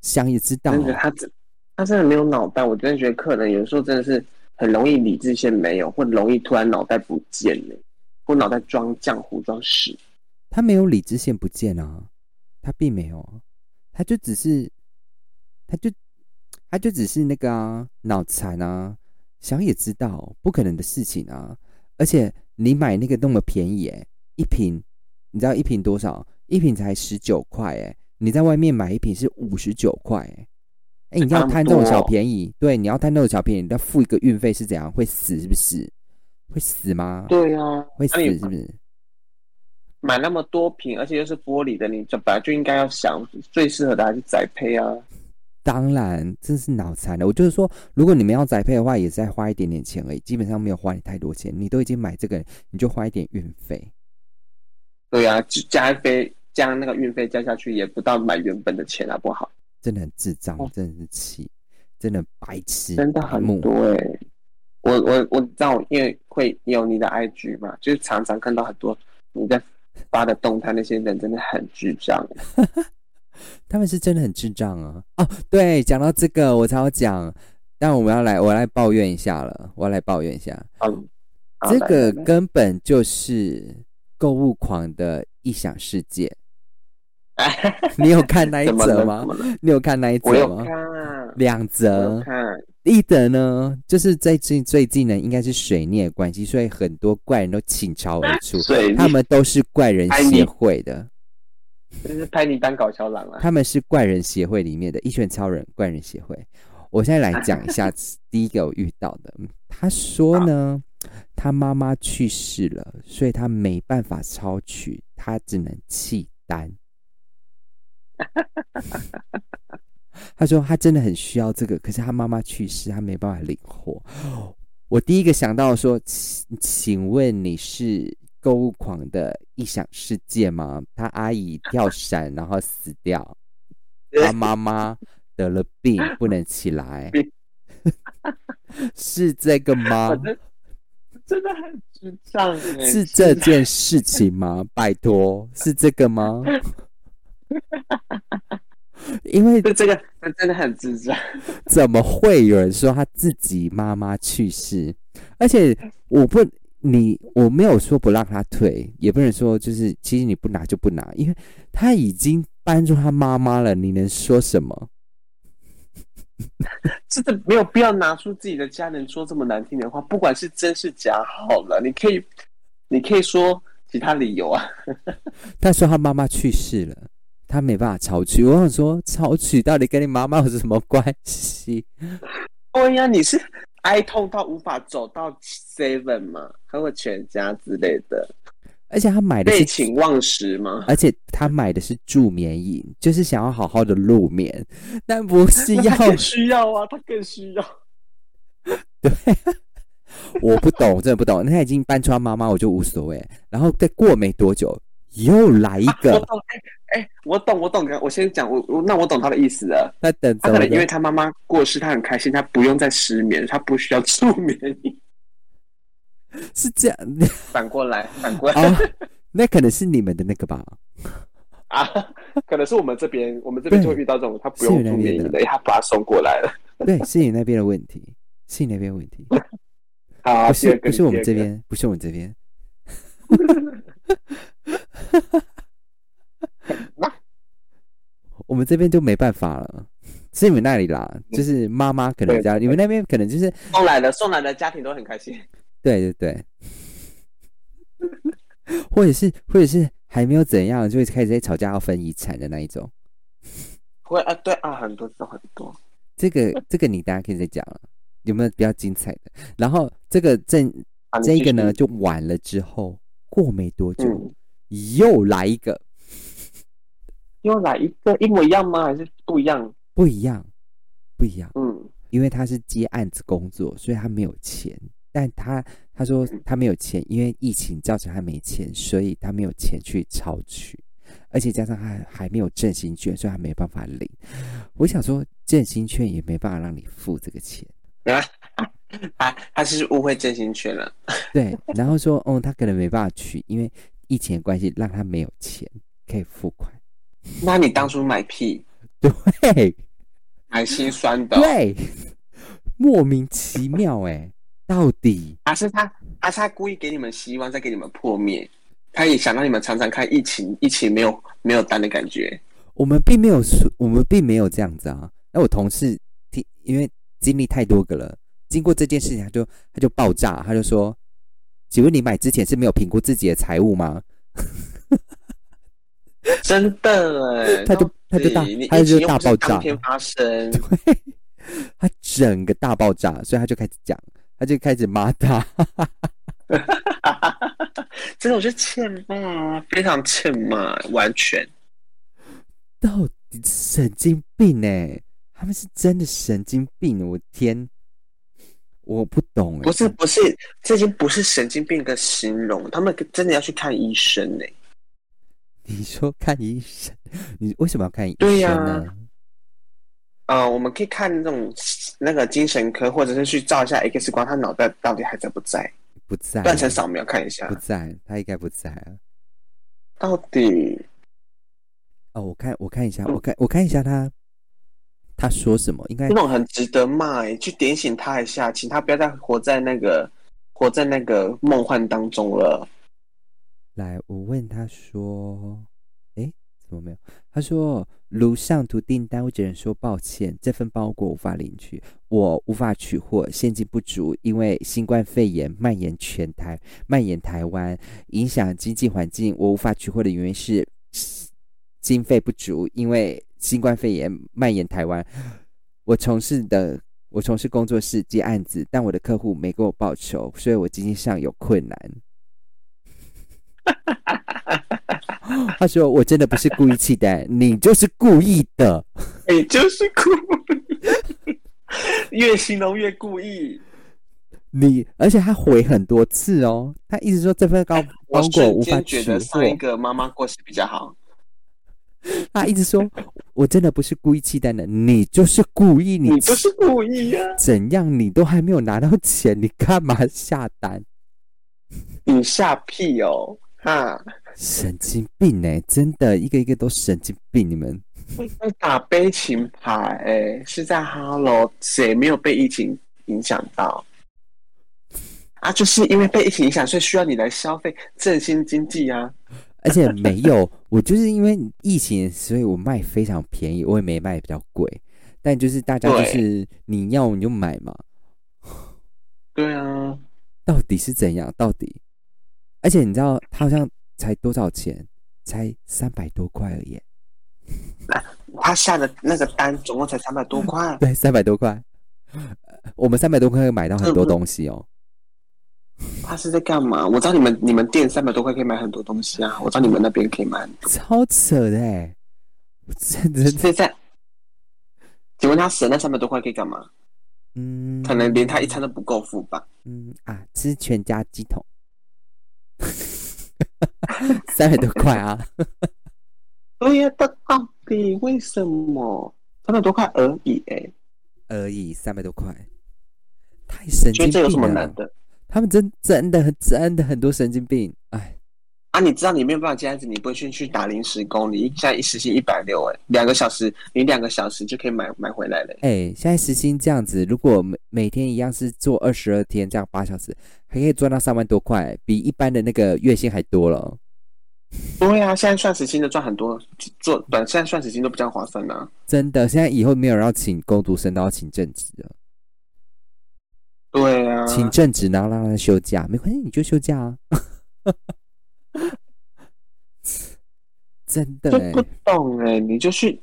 Speaker 1: 想也知道
Speaker 2: 真的
Speaker 1: 啊，
Speaker 2: 他真他真的没有脑袋，我真的觉得客人有时候真的是很容易理智线没有，或容易突然脑袋不见了，或脑袋装浆糊装屎。
Speaker 1: 他没有理智线不见啊，他并没有啊，他就只是，他就他就只是那个啊，脑残啊，想也知道不可能的事情啊。而且你买那个那么便宜、欸，一瓶，你知道一瓶多少？一瓶才十九块，哎，你在外面买一瓶是五十九块，哎，哎，你要
Speaker 2: 差不
Speaker 1: 贪这种
Speaker 2: 多啊
Speaker 1: 小便宜，对，你要贪这种小便宜，你要付一个运费是怎样？会死是不是？会死吗？
Speaker 2: 对啊，
Speaker 1: 会死
Speaker 2: 那你
Speaker 1: 是不是？
Speaker 2: 买那么多瓶，而且又是玻璃的，你就本来就应该要想最适合的还是宅配啊。
Speaker 1: 当然，真是脑残了。我就是说，如果你们要宅配的话，也再花一点点钱而已，基本上没有花你太多钱。你都已经买这个，你就花一点运费。
Speaker 2: 对啊，就加飞加那个运费加下去，也不到买原本的钱好不好？
Speaker 1: 真的很智障
Speaker 2: 哦，
Speaker 1: 真的是气，真的白痴，
Speaker 2: 真的
Speaker 1: 白目
Speaker 2: 很多哎、我我我知道，因为会有你的 IG 嘛，就是常常看到很多你在发的动态，那些人真的很智障。
Speaker 1: 他们是真的很智障啊！哦，对，讲到这个，我才要讲，但我们要来，我来抱怨一下了，我要来抱怨一下，
Speaker 2: 嗯，好
Speaker 1: 这
Speaker 2: 来
Speaker 1: 个
Speaker 2: 来来
Speaker 1: 根本就是购物狂的异想世界。 你有看那一
Speaker 2: 怎么
Speaker 1: 则
Speaker 2: 了？
Speaker 1: 吗
Speaker 2: 怎？么了？
Speaker 1: 你有看那一
Speaker 2: 我
Speaker 1: 则
Speaker 2: 有
Speaker 1: 吗
Speaker 2: 看？，啊
Speaker 1: 两
Speaker 2: 我有
Speaker 1: 则，
Speaker 2: 看，，
Speaker 1: 一则呢，就是最近最近呢，应该是水逆的关系，所以很多怪人都倾巢而出
Speaker 2: 水逆
Speaker 1: 他们都是怪人
Speaker 2: 哎
Speaker 1: 协
Speaker 2: 你
Speaker 1: 会的，
Speaker 2: 就是拍你当搞笑郎啊。
Speaker 1: 他们是怪人协会里面的一拳超人怪人协会。我现在来讲一下第一个我遇到的，嗯他说呢，他妈妈去世了，所以他没办法抄取，他只能弃单。他说他真的很需要这个，可是他妈妈去世，他没办法领货。我第一个想到说，请请问你是购物狂的异想世界吗？他阿姨跳伞然后死掉，他妈妈得了病不能起来，是这个吗？
Speaker 2: 真的很智障哎！
Speaker 1: 是这件事情吗？拜托，是这个吗？因为
Speaker 2: 这个真的很智障，
Speaker 1: 怎么会有人说他自己妈妈去世？而且我不，你我没有说不让他退，也不能说就是其实你不拿就不拿，因为他已经搬出他妈妈了，你能说什么？
Speaker 2: 真的没有必要拿出自己的家人说这么难听的话，不管是真是假，好了，你可以，你可以说其他理由啊。
Speaker 1: 他说他妈妈去世了。他没办法抄取，我想说抄取到底跟你妈妈有什么关系？
Speaker 2: 对呀、啊，你是哀痛到无法走到 seven 吗？还有全家之类的。
Speaker 1: 而且他买的
Speaker 2: 是寝忘食吗？
Speaker 1: 而且他买的是助眠饮，就是想要好好的入眠，但不是要
Speaker 2: 需 要 啊，他更需 要。
Speaker 1: 对，我不懂，真的不懂。那他已经搬出他妈妈，我就无所谓。然后再过没多久，又来一个。
Speaker 2: 啊哎、欸，我懂，我懂。我先讲，我我那我懂他的意思了。
Speaker 1: 他等，
Speaker 2: 他可能因为他妈妈过世，他很开心，他不用再失眠，他不需要 助眠。
Speaker 1: 是这样 的，
Speaker 2: 反过来，反过来。哦、
Speaker 1: 那可能是你们的那个吧？
Speaker 2: 啊， 可能是我们这边，我们这边就会遇到这种，他不用助眠的，他把它送过来了。
Speaker 1: 对，是你那边的问题，是你那边问题。
Speaker 2: 好，
Speaker 1: 不是不是我们这边，不是我们这 边。我们这边就没办法了，是你们那里啦，就是妈妈可能比较，你们那边可能就是
Speaker 2: 送来的，送来的家庭都很开心。
Speaker 1: 对对 对，或者是或者是还没有怎样，就会开始在吵架要分遗产的那一种。
Speaker 2: 会啊，对啊，很多很多。
Speaker 1: 这个这个你大家可以再讲了，有没有比较精彩的？然后这个这
Speaker 2: 啊
Speaker 1: 这个呢就完了之后，过没多久、嗯、又来一个。
Speaker 2: 又来一个一模一样吗？还是不一样？
Speaker 1: 不一样，不一样。
Speaker 2: 嗯，
Speaker 1: 因为他是接案子工作，所以他没有钱。但他他说他没有钱，因为疫情造成他没钱，所以他没有钱去超取，而且加上他还没有振兴券，所以他没办法领。我想说，振兴券也没办法让你付这个钱。
Speaker 2: 啊啊！他是误会振兴券了。
Speaker 1: 对，然后说，哦，他可能没办法取，因为疫情的关系，让他没有钱可以付款。
Speaker 2: 那你当初买屁？
Speaker 1: 对，
Speaker 2: 蛮心酸的、
Speaker 1: 哦。对， 莫名其妙哎、欸，到底
Speaker 2: 还、啊、是他，还、啊、是他故意给你们希望，再给你们破灭。他也想让你们尝尝看疫情，疫情没有没有单的感觉。
Speaker 1: 我们并没有说，我们并没有这样子啊。那我同事听，因为经历太多个了，经过这件事情，他就他就爆炸，他就说：“请问你买之前是没有评估自己的财务吗？”
Speaker 2: 真的，哎
Speaker 1: 他就他就大，他就大爆炸，
Speaker 2: 天发生，
Speaker 1: 对，他整个大爆炸，所以他就开始讲，他就开始骂他，
Speaker 2: 真的，我就欠骂，非常欠骂，完全，
Speaker 1: 到底神经病哎，他们是真的神经病，我天，我不懂哎，
Speaker 2: 不是不是，这已经不是神经病的形容，他们真的要去看医生哎。
Speaker 1: 你说看医生，你为什么要看医
Speaker 2: 生呢？对呀、
Speaker 1: 啊，
Speaker 2: 呃，我们可以看那种那个精神科，或者是去照一下 X 光，他脑袋到底还在不在？
Speaker 1: 不在，
Speaker 2: 断层扫描看一下。
Speaker 1: 哎不在，他应该不在啊。
Speaker 2: 到底？
Speaker 1: 哦，我看，我看一下，我看，我看一下他他说什么？应该
Speaker 2: 那种很值得骂、欸，去点醒他一下，请他不要再活在那个活在那个梦幻当中了。
Speaker 1: 来，我问他说：“哎，怎么没有？”他说：“如上图订单，我只能说抱歉，这份包裹无法领取，我无法取货，现金不足，因为新冠肺炎蔓延全台，蔓延台湾，影响经济环境。我无法取货的原因是经费不足，因为新冠肺炎蔓延台湾。我从事的我从事工作室接案子，但我的客户没给我报酬，所以我经济上有困难。他说：“我真的不是故意气的，你就是故意的。
Speaker 2: 你就是故意，越形容越故意。
Speaker 1: 你而且他回很多次哦，他一直说这份高
Speaker 2: 我
Speaker 1: 包裹
Speaker 2: 哦瞬
Speaker 1: 无法
Speaker 2: 间觉
Speaker 1: 取
Speaker 2: 得
Speaker 1: 货
Speaker 2: 上，一个妈妈过世比较好。
Speaker 1: 他一直说我真的不是故意气的，你就是故意，
Speaker 2: 你
Speaker 1: 你
Speaker 2: 不是故意呀、
Speaker 1: 怎样你都还没有拿到钱，你干嘛下单？
Speaker 2: 你下屁哦！哈，
Speaker 1: 神经病哎、真的一个一个都神经病，你们
Speaker 2: 在打悲情牌、哎，是在 Hello，谁没有被疫情影响到？啊，就是因为被疫情影响，所以需要你来消费振兴经济啊！
Speaker 1: 而且没有，我就是因为疫情，所以我卖非常便宜，我也没卖比较贵。但就是大家就
Speaker 2: 对
Speaker 1: 是你要你就买嘛，
Speaker 2: 对啊，
Speaker 1: 到底是怎样？到底？而且你知道他好像才多少钱？才三百多块而已，
Speaker 2: 他下的那个单总共才三百多块，
Speaker 1: 对，三百多块。我们三百多块可以买到很多东西哦。
Speaker 2: 他是在干嘛？我知道你们你们店三百多块可以买很多东西啊，我知道你们那边可以买很多，
Speaker 1: 超扯的哎！我真的，
Speaker 2: 所以在。请问他省那三百多块可以干嘛？
Speaker 1: 嗯，
Speaker 2: 可能连他一餐都不够付吧。
Speaker 1: 嗯啊，吃全家鸡桶，三百多块啊！
Speaker 2: 对呀，到到底为什么？三百多块而已、欸，
Speaker 1: 而已，三百多块，太神
Speaker 2: 觉
Speaker 1: 经
Speaker 2: 得这有什么
Speaker 1: 病啊
Speaker 2: 难
Speaker 1: 了。
Speaker 2: 的？
Speaker 1: 他们真真的很真的很多神经病，哎，
Speaker 2: 啊，你知道你没有办法这样子，你不会去去打临时工，你一现在一时薪一百六，哎，两个小时，你两个小时就可以买买回来欸嘞、
Speaker 1: 哎、现在时薪这样子，如果每每天一样是做二十二天，这样八小时，还可以赚到三万多块，比一般的那个月薪还多了。
Speaker 2: 对呀、现在算时薪的赚很多，做短现在算时薪都比较划算啊呢、
Speaker 1: 真的，现在以后没有人要请工读生，都要请正职了，
Speaker 2: 对啊呀、
Speaker 1: 请正职，然后让他休假，没关系，你就休假啊。 真的、
Speaker 2: 就
Speaker 1: 欸
Speaker 2: 不，懂哎、你就去，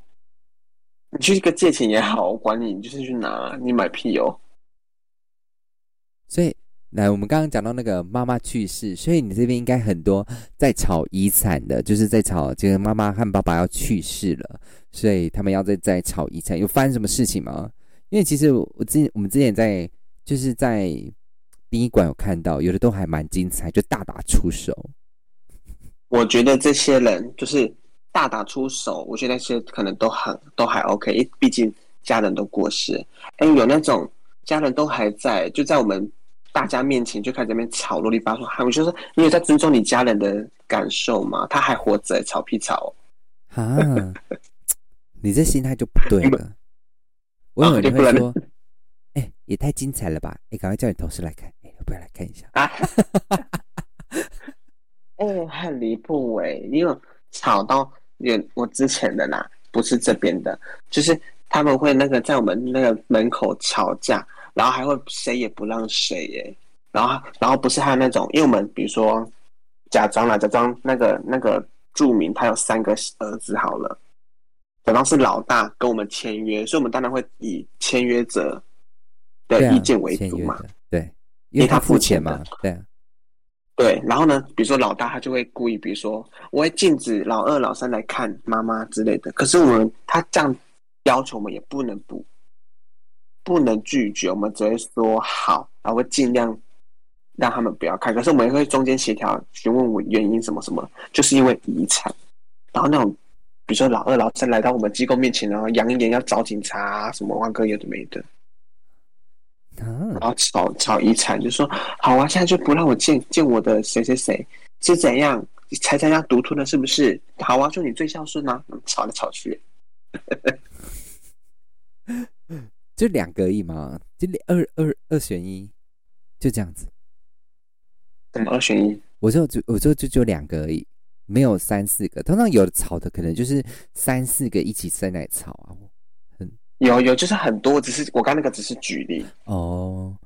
Speaker 2: 你去一个借钱也好，我管你，你就是去拿，你买屁哦。
Speaker 1: 所以来，我们刚刚讲到那个妈妈去世，所以你这边应该很多在吵遗产的，就是在吵这个妈妈和爸爸要去世了，所以他们要在在吵遗产，有发生什么事情吗？因为其实我之前我们之前在就是在殡仪馆有看到，有的都还蛮精彩，就大打出手。
Speaker 2: 我觉得这些人就是大打出手，我觉得那些可能都很都还 OK，因为毕竟家人都过世。哎，有那种家人都还在，就在我们大家面前就开始在那边吵啰里吧嗦，还我就说你有在尊重你家人的感受吗？他还活着，吵屁吵。哦
Speaker 1: 啊， 你这心态就不对
Speaker 2: 你 们
Speaker 1: 了。我有人
Speaker 2: 啊啊不
Speaker 1: 会
Speaker 2: 然呢
Speaker 1: 说，哎、也太精彩了吧！哎、赶快叫你同事来看，哎、要不要来看一下？
Speaker 2: 哦，很离谱哎！因为吵到远我之前的啦，不是这边的，就是他们会那个在我们那个门口吵架，然后还会谁也不让谁耶，然后然后不是还有那种，因为我们比如说假装啦，假装那个那个著名他有三个儿子好了，假装是老大跟我们签约，所以我们当然会以签约者
Speaker 1: 对
Speaker 2: 的
Speaker 1: 啊，
Speaker 2: 意见为
Speaker 1: 签
Speaker 2: 主
Speaker 1: 约
Speaker 2: 嘛，
Speaker 1: 的，对，因
Speaker 2: 因
Speaker 1: 为
Speaker 2: 为他
Speaker 1: 付
Speaker 2: 付钱
Speaker 1: 嘛
Speaker 2: 的，
Speaker 1: 对啊，
Speaker 2: 对，然后呢，比如说老大他就会故意，比如说我会禁止老二、老三来看妈妈之类的。可是我们他这样要求，我们也不能不不能拒绝，我们只会说好，然后会尽量让他们不要看。可是我们也会中间协调，询问我原因什么什么，就是因为遗产。然后那种比如说老二、老三来到我们机构面前，然后扬言要找警察、啊、什么万哥有的没的。
Speaker 1: 啊，
Speaker 2: 然后吵吵遗产，就说好啊，现在就不让我见见我的谁谁谁是怎样，财产要独吞了是不是？好啊，就你最孝顺啊，吵来吵去，
Speaker 1: 就两个亿嘛，就两二二二选一，就这样子。
Speaker 2: 什么二选一？
Speaker 1: 我就就我就就就两个而已，没有三四个。通常有的吵的可能就是三四个一起生来吵啊。
Speaker 2: 有有，就是很多，只是我刚那个只是举例，
Speaker 1: 哦，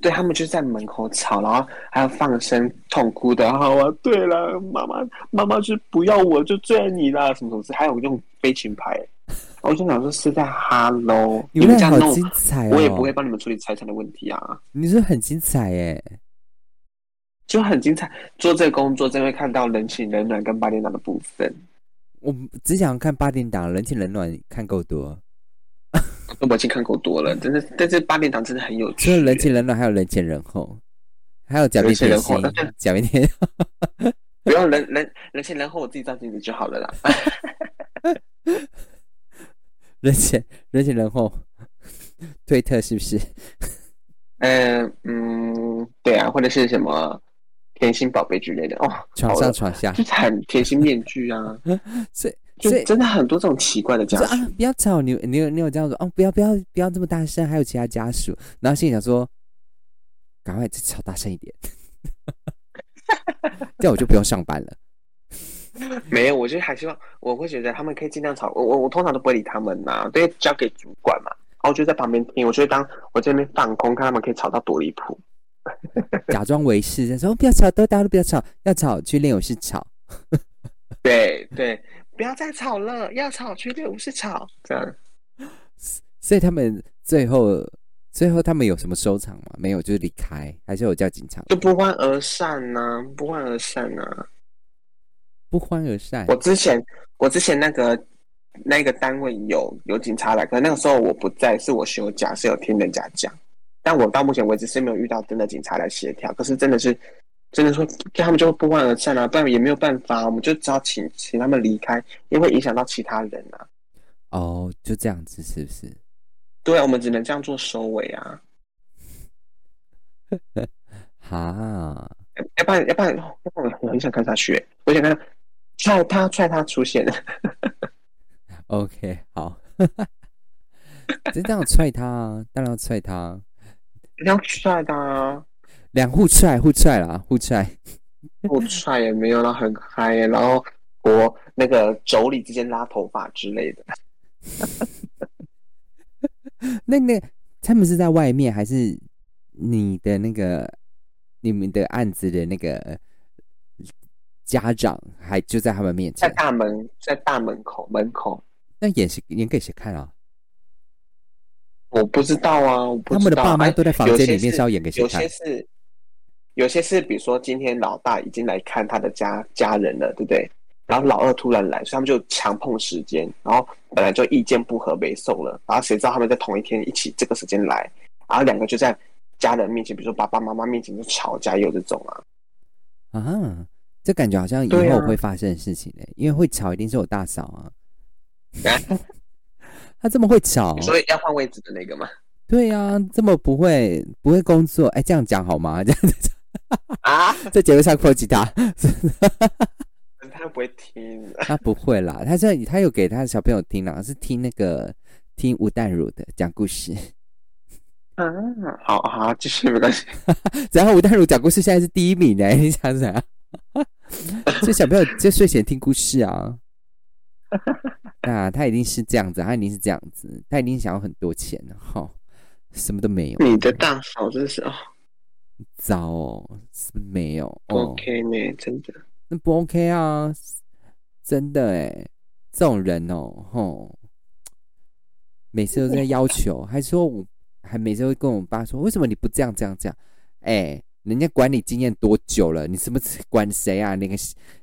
Speaker 2: 对他们就是在门口吵，然后还要放声痛哭的。好啊，对了，妈妈妈妈就是不要我，就最爱你啦，什么什么之类，还有用悲情牌，我就想说是在哈喽，
Speaker 1: 你
Speaker 2: 们
Speaker 1: 们
Speaker 2: 这
Speaker 1: 俩
Speaker 2: 样
Speaker 1: 好
Speaker 2: 弄，
Speaker 1: 精彩哦！
Speaker 2: 我也不会，帮你们处理财产的问题啊，
Speaker 1: 你是不是很精彩耶！
Speaker 2: 就很精彩。做这个工作真会看到人情冷暖跟八点档的部分，
Speaker 1: 我只想看八点档，人情冷暖看够多，
Speaker 2: 我已经看够多了，真的。但是八点档真的很有
Speaker 1: 除
Speaker 2: 趣，
Speaker 1: 了嗯人情冷暖，还有人前人后，还有假面
Speaker 2: 人前
Speaker 1: 甜
Speaker 2: 人后
Speaker 1: 心，假面甜，
Speaker 2: 不用人人人前人后，我自己照镜子就好了啦。
Speaker 1: 人前人前人后，推特是不是？
Speaker 2: 嗯嗯，对啊，或者是什么甜心宝贝之类的哦，
Speaker 1: 床
Speaker 2: 好
Speaker 1: 上
Speaker 2: 了
Speaker 1: 床 下，
Speaker 2: 就是很甜心面具啊，
Speaker 1: 所以
Speaker 2: 就
Speaker 1: 所以
Speaker 2: 真的很多这种奇怪的
Speaker 1: 我
Speaker 2: 家
Speaker 1: 说
Speaker 2: 属。
Speaker 1: 啊，不要吵，你你有你有这样说哦，不要不要不要这么大声，还有其他家属，然后心里想说，赶快再吵大声一点，这样我就不用上班了。
Speaker 2: 没有，我就还希望，我会觉得他们可以尽量吵。我我我通常都不会理他们呐、都会交给主管嘛。然后我就在旁边听，我就会当我这边放空，看他们可以吵到多离谱。
Speaker 1: 假装没事，在说、哦、不要吵，都大家都不要吵，要吵去练武室吵。
Speaker 2: 对对，不要再吵了，要吵去练武室吵。这样
Speaker 1: 所以他们最后最后他们有什么收场吗？没有，就是离开，还是有叫警察？
Speaker 2: 就不欢而散呐、不欢而散呐、
Speaker 1: 不欢而散
Speaker 2: 我。之前我之前那个那个单位有有警察来，可能那个时候我不在，是我休假，是有听人家讲。但我到目前为止是没有遇到真的警察来协调，可是真的是，真的说他们就不欢而散啊，不然也没有办法，我们就只好请请他们离开，因为影响到其他人啊。
Speaker 1: 哦，就这样子是不是？
Speaker 2: 对啊，我们只能这样做收尾啊，
Speaker 1: 哈，
Speaker 2: 要不然要不然要不然我很想看下去、我想看到踹他踹他出现，
Speaker 1: OK，好， 就这样踹他啊，当然要踹他啊，
Speaker 2: 要踹他、啊。
Speaker 1: 两互踹，互踹啦，互踹，
Speaker 2: 不帅也没有，然后很嗨，然后我那个妯娌之间拉头发之类的，
Speaker 1: 那那他们是在外面还是你的那个你们的案子的那个家长还就在他们面
Speaker 2: 在
Speaker 1: 前？
Speaker 2: 大门在大门口门口，
Speaker 1: 那演是演给谁看啊？
Speaker 2: 我不知道啊，我不
Speaker 1: 他
Speaker 2: 知
Speaker 1: 们的
Speaker 2: 道。
Speaker 1: 爸妈
Speaker 2: 哎
Speaker 1: 都在房
Speaker 2: 有
Speaker 1: 间
Speaker 2: 些
Speaker 1: 里面是
Speaker 2: 是
Speaker 1: 要演给谁
Speaker 2: 有
Speaker 1: 看
Speaker 2: 些？是有些是，比如说今天老大已经来看他的家家人了，对不对？然后老二突然来，所以他们就强碰时间，然后本来就意见不合没送了，然后谁知道他们在同一天一起这个时间来，然后两个就在家人面前，比如说爸爸妈妈面前就吵架，也有这种啊。
Speaker 1: 啊，这感觉好像以
Speaker 2: 对
Speaker 1: 后
Speaker 2: 啊
Speaker 1: 会发生的事情呢、因为会吵一定是我大嫂 啊，她这么会吵，
Speaker 2: 所以要换位置的那个 吗？
Speaker 1: 对呀、这么不会不会工作，哎，这样讲好吗？这 样
Speaker 2: 啊？
Speaker 1: 在节目上扣吉他，
Speaker 2: 他又不会听，
Speaker 1: 她不会啦，她这她有给她的小朋友听啦，是听那个听吴淡如的讲故事，
Speaker 2: 嗯，好好，继续没关系。
Speaker 1: 然后吴淡如讲故事现在是第一名呢、 你想想，所以小朋友就睡前听故事啊。那他一定是这样子，他一定是这样子，他一定想要很多钱，哈、什么都没有，
Speaker 2: 你的大嫂真是哦、
Speaker 1: 糟哦，什么没有哦
Speaker 2: o k 呢，真的。
Speaker 1: 那不 OK 啊，真的哎，这种人哦，吼，每次都在要求，还说我还每次会跟我爸说，为什么你不这样这样这样？哎，人家管你经验多久了，你什么管谁啊？连个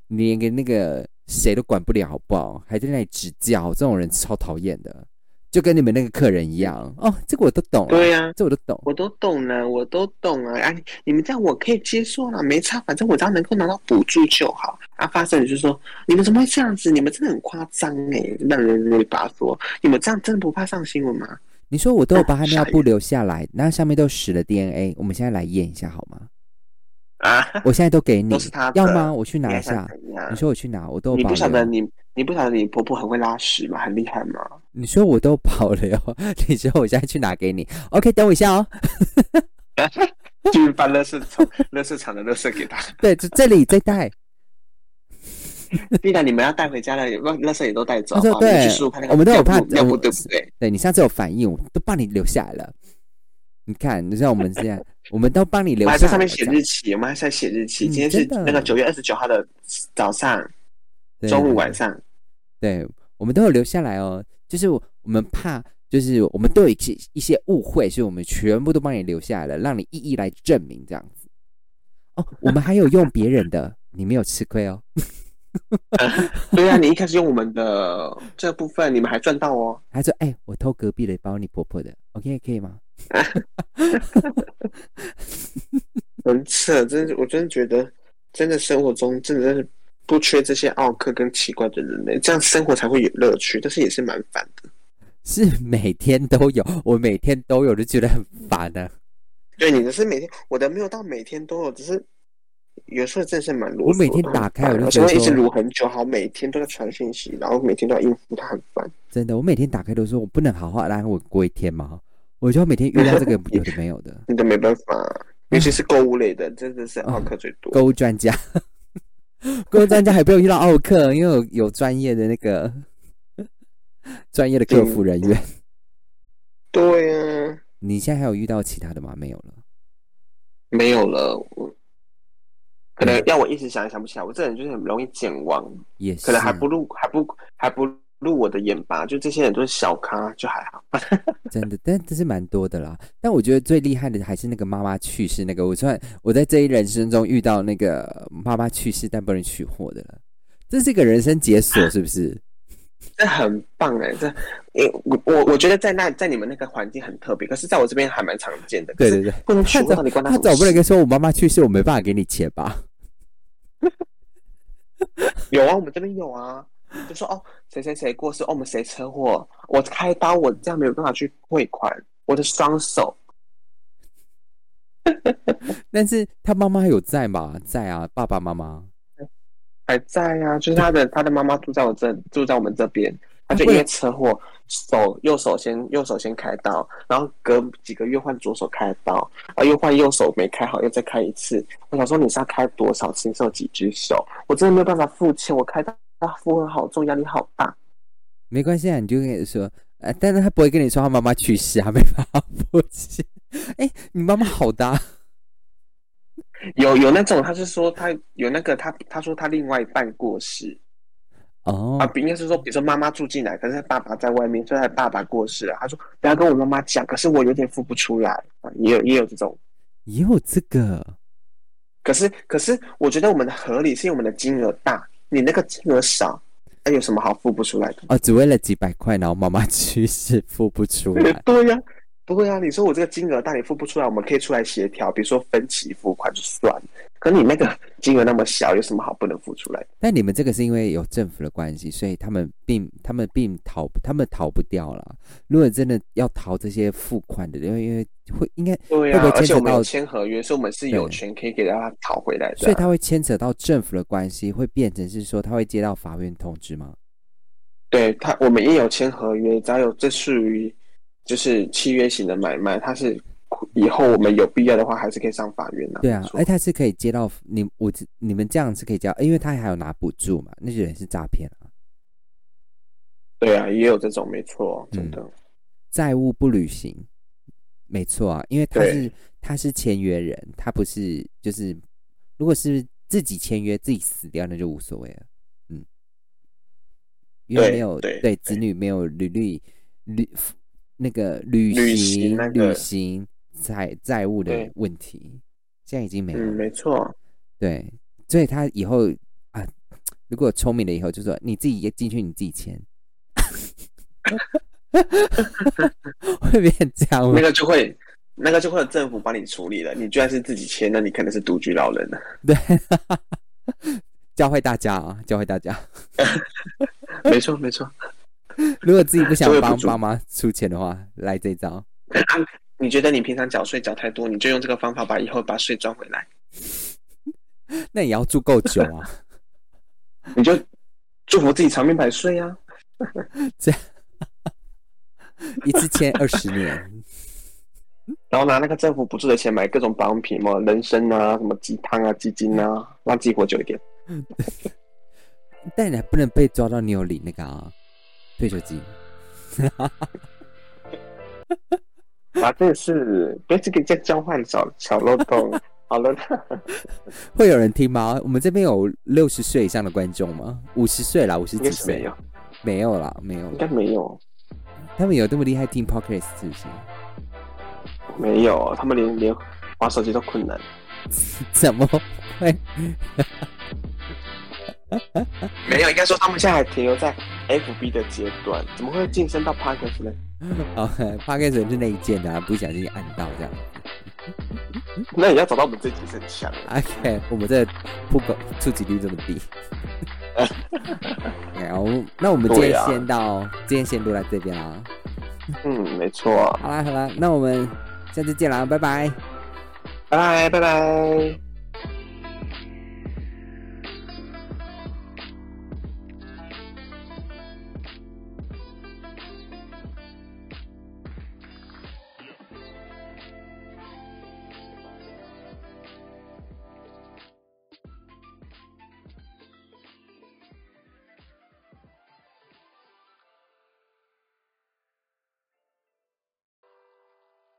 Speaker 1: 你连个那个谁都管不了，好不好？还在那里指教，这种人超讨厌的，就跟你们那个客人一样哦。这个我都懂啊，
Speaker 2: 对呀、
Speaker 1: 这我都懂。
Speaker 2: 我都懂了，我都懂了。啊，你你们这样我可以接受了，没差，反正我只要能够拿到补助就好。啊，发生你就说你们怎么会这样子？你们真的很夸张哎，让人类把说你们这样真的不怕上新闻吗？
Speaker 1: 你说我都有把他
Speaker 2: 啊
Speaker 1: 尿
Speaker 2: 傻眼
Speaker 1: 布留下来，那上面都有屎的 DNA，我们现在来验一下好吗？
Speaker 2: 啊，
Speaker 1: 我现在都给你
Speaker 2: 都是他，的
Speaker 1: 要吗？我去
Speaker 2: 你
Speaker 1: 拿
Speaker 2: 还
Speaker 1: 一
Speaker 2: 想
Speaker 1: 下。
Speaker 2: 怎样
Speaker 1: 你？说我去拿，我都
Speaker 2: 你
Speaker 1: 有保
Speaker 2: 不晓得
Speaker 1: 留。
Speaker 2: 你你不晓得你婆婆很会拉屎吗？很厉害吗？
Speaker 1: 你说我都有保留， 你说我现在去拿给你。OK，等我一下哦。
Speaker 2: 就是把乐色从乐色场的 乐色给 他。
Speaker 1: 对，这这里这袋。
Speaker 2: 必然你们要带回家了，也不垃圾也都带走。
Speaker 1: 他说
Speaker 2: 好你
Speaker 1: 对
Speaker 2: 去试试看那个
Speaker 1: 我们都有
Speaker 2: 尿布
Speaker 1: 怕
Speaker 2: 尿
Speaker 1: 我
Speaker 2: 布对不对？
Speaker 1: 对你上次有反应，我都帮你留下来了。你看，你知道我们这 样，我们都帮你留
Speaker 2: 我
Speaker 1: 下
Speaker 2: 还
Speaker 1: 来
Speaker 2: 在上面
Speaker 1: 了
Speaker 2: 写
Speaker 1: 这样
Speaker 2: 日期，我们还在写日期。
Speaker 1: 嗯
Speaker 2: 今天是
Speaker 1: 真的
Speaker 2: 那个九月二十九号的早上、
Speaker 1: 对
Speaker 2: 中午、晚上。
Speaker 1: 对，我们都有留下来哦。就是我们怕，就是我们都有一些一些误会，所以我们全部都帮你留下来了，让你一一来证明这样子。哦，我们还有用别人的，你没有吃亏哦。
Speaker 2: 对啊，你一开始用我们的这部分，你们还赚到哦。
Speaker 1: 他说：“哎、我偷隔壁的包，你婆婆的，OK 可以吗
Speaker 2: 很扯，真是我真的觉得，真的生活中真的是不缺这些奥克跟奇怪的人类，这样生活才会有乐趣，但是也是蛮烦的。？”
Speaker 1: 是每天都 有，我每天都有，就觉得很烦啊。
Speaker 2: 对，你的是每天，我的没有到每天都有，只是有时候真的是蛮啰
Speaker 1: 我
Speaker 2: 嗦的。
Speaker 1: 每天打开
Speaker 2: 很烦
Speaker 1: 我就
Speaker 2: 而
Speaker 1: 觉得
Speaker 2: 且会一直
Speaker 1: 说
Speaker 2: 撸很久，好，每天都在传讯息，然后每天都要应付他，很烦。
Speaker 1: 真的，我每天打开都说我不能好好安稳过一天 嘛，我就要每天遇到这个有的没有的
Speaker 2: 真的没办法，尤其是购物类的，真的是奥克最多。
Speaker 1: 嗯购物专 家，购物专家还不用遇到奥克，因为有有专业的那 个专业的客服人员。
Speaker 2: 对啊，
Speaker 1: 你现在还有遇到其他的吗？没有了。
Speaker 2: 没有了，我嗯可能要我一时想也想不起来。我这人就是很容易健忘，
Speaker 1: 也是，
Speaker 2: 可能还不入，还不还不入我的眼吧。就这些人都是小咖，就还好。
Speaker 1: 真的，但这是蛮多的啦。但我觉得最厉害的还是那个妈妈去世那个。我算我在这一人生中遇到那个妈妈去世但不能取货的了，这是一个人生解锁，是不是？
Speaker 2: 这很棒哎、这诶、我我我觉得在那在你们那个环境很特别，可是在我这边还蛮常见的。
Speaker 1: 对
Speaker 2: 可是
Speaker 1: 对对。
Speaker 2: 不能
Speaker 1: 他
Speaker 2: 取货
Speaker 1: 总
Speaker 2: 到底关他
Speaker 1: 他
Speaker 2: 什么
Speaker 1: 总不能
Speaker 2: 事？
Speaker 1: 跟说我妈妈去世，我没办法给你钱吧？
Speaker 2: 有啊，我们这边有啊。就说哦，谁谁谁过世，哦，我们谁车祸，我开刀，我这样没有办法去汇款，我的双手。
Speaker 1: 但是他妈妈有在吗？在啊，爸爸妈妈。
Speaker 2: 还在呀、就是他的他的妈妈住在我这，住在我们这边，他就
Speaker 1: 不
Speaker 2: 因
Speaker 1: 然
Speaker 2: 为车祸，手右手先右手先开刀，然后隔几个月换左手开刀，啊又换右手没开好，又再开一次。我想说你是要开多少次？你是有几只手？我真的没有办法付钱，我开刀负荷好重，压力好大。
Speaker 1: 没关系啊，你就跟你说，呃，但是他不会跟你说他妈妈去世啊，没办法付 钱。哎、你妈妈好搭，
Speaker 2: 有有那种，他是说他有那个他他说他另外一半过世
Speaker 1: 哦
Speaker 2: 啊，，应该是说比如说妈妈住进来，可是他爸爸在外面，所以他爸爸过世了。他说不要跟我妈妈讲，可是我有点付不出来啊，也有也有这种。
Speaker 1: 也有这个。
Speaker 2: 可是，可是，我觉得我们的合理是因为我们的金额大，你那个金额少，那有什么好付不出来的？
Speaker 1: 哦，只为了几百块，然后妈妈去世付不出来。
Speaker 2: 对呀、对呀、你说我这个金额大，你付不出来，我们可以出来协调，比如说分期付款就算了。可你那个金额那么小，有什么好不能付出来的？
Speaker 1: 但你们这个是因为有政府的关系，所以他们并他们并逃他们逃不掉了。如果真的要逃这些付款的，因为因为会应该，
Speaker 2: 对
Speaker 1: 会
Speaker 2: 呀、
Speaker 1: 不会
Speaker 2: 而
Speaker 1: 牵扯
Speaker 2: 且我们有
Speaker 1: 到
Speaker 2: 签合约，所以我们是有权可以给他讨回来
Speaker 1: 所
Speaker 2: 的
Speaker 1: 以
Speaker 2: 啊、
Speaker 1: 他会牵扯到政府的关系，会变成是说他会接到法院通知吗？
Speaker 2: 对他，我们也有签合约，只要有这属于就是契约型的买卖，它是以后我们有必要的话，还是可以上法院的、
Speaker 1: 对啊
Speaker 2: 没，错
Speaker 1: 哎，他是可以接到你我知你们这样是可以接到，因为他还有拿补助嘛，那就也是诈骗啊。
Speaker 2: 对啊，也有这种，没错，真的。
Speaker 1: 嗯债务不履行，没错啊，因为他
Speaker 2: 对
Speaker 1: 是他是签约人，他不是就是如果是自己签约自己死掉那就无所谓了，嗯，因为
Speaker 2: 对
Speaker 1: 没有
Speaker 2: 对对
Speaker 1: 子女没有履历履那个履
Speaker 2: 履
Speaker 1: 行
Speaker 2: 行那个
Speaker 1: 履行债债务的
Speaker 2: 对
Speaker 1: 问题，现在已经没有
Speaker 2: 嗯，
Speaker 1: 了，
Speaker 2: 没错，
Speaker 1: 对，所以他以后啊，如果聪明了以后就说你自己也进去你自己签。 会变这样吗
Speaker 2: 那？个就会，那个就会有政府帮你处理了。你居然是自己签，那你可能是独居老人了。啊
Speaker 1: 对，教会大家啊，教会大家， 哎
Speaker 2: 没错，没错。
Speaker 1: 如果自己不想
Speaker 2: 教会不
Speaker 1: 帮
Speaker 2: 足
Speaker 1: 爸妈出钱的话，来这一招。
Speaker 2: 啊，你觉得你平常缴税缴太多，你就用这个方法把以后把税赚回来，
Speaker 1: 那也要住够久啊，
Speaker 2: 你就祝福自己长命百岁啊。
Speaker 1: 一次签二十年。
Speaker 2: 然后拿那个政府补助的钱买各种保养品嘛，人参啊，什么鸡汤啊、鸡精啊，让自己活久一点。
Speaker 1: 但你还不能被抓到你有领那个啊退休金。
Speaker 2: 啊，这也是不要这个叫交换小小漏洞。好了，
Speaker 1: 会有人听吗？我们这边有六十岁以上的观众吗？五十岁啦，五十
Speaker 2: 应该
Speaker 1: 几
Speaker 2: 是没
Speaker 1: 岁
Speaker 2: 有，
Speaker 1: 没有啦，没有
Speaker 2: 应
Speaker 1: 啦
Speaker 2: 该没有。
Speaker 1: 他们有这么厉害听 podcast 是不是？
Speaker 2: 没有，他们连连玩手机都困难。
Speaker 1: 怎么会？
Speaker 2: 没有，应该说他们现在还停留在 FB 的阶段，怎么会晋升到 podcast 呢？
Speaker 1: 哦，podcast 人是内建的、啊，不小心按到这样。
Speaker 2: 那也要找到我们这集是很强的。
Speaker 1: OK，我们这不够触及率这么 低。然后，那我们今
Speaker 2: 对
Speaker 1: 天
Speaker 2: 啊
Speaker 1: 先到，今天先录到这边啊啦。
Speaker 2: 嗯，没错。
Speaker 1: 好啦好啦，那我们下次见啦，拜拜。
Speaker 2: 拜拜拜拜。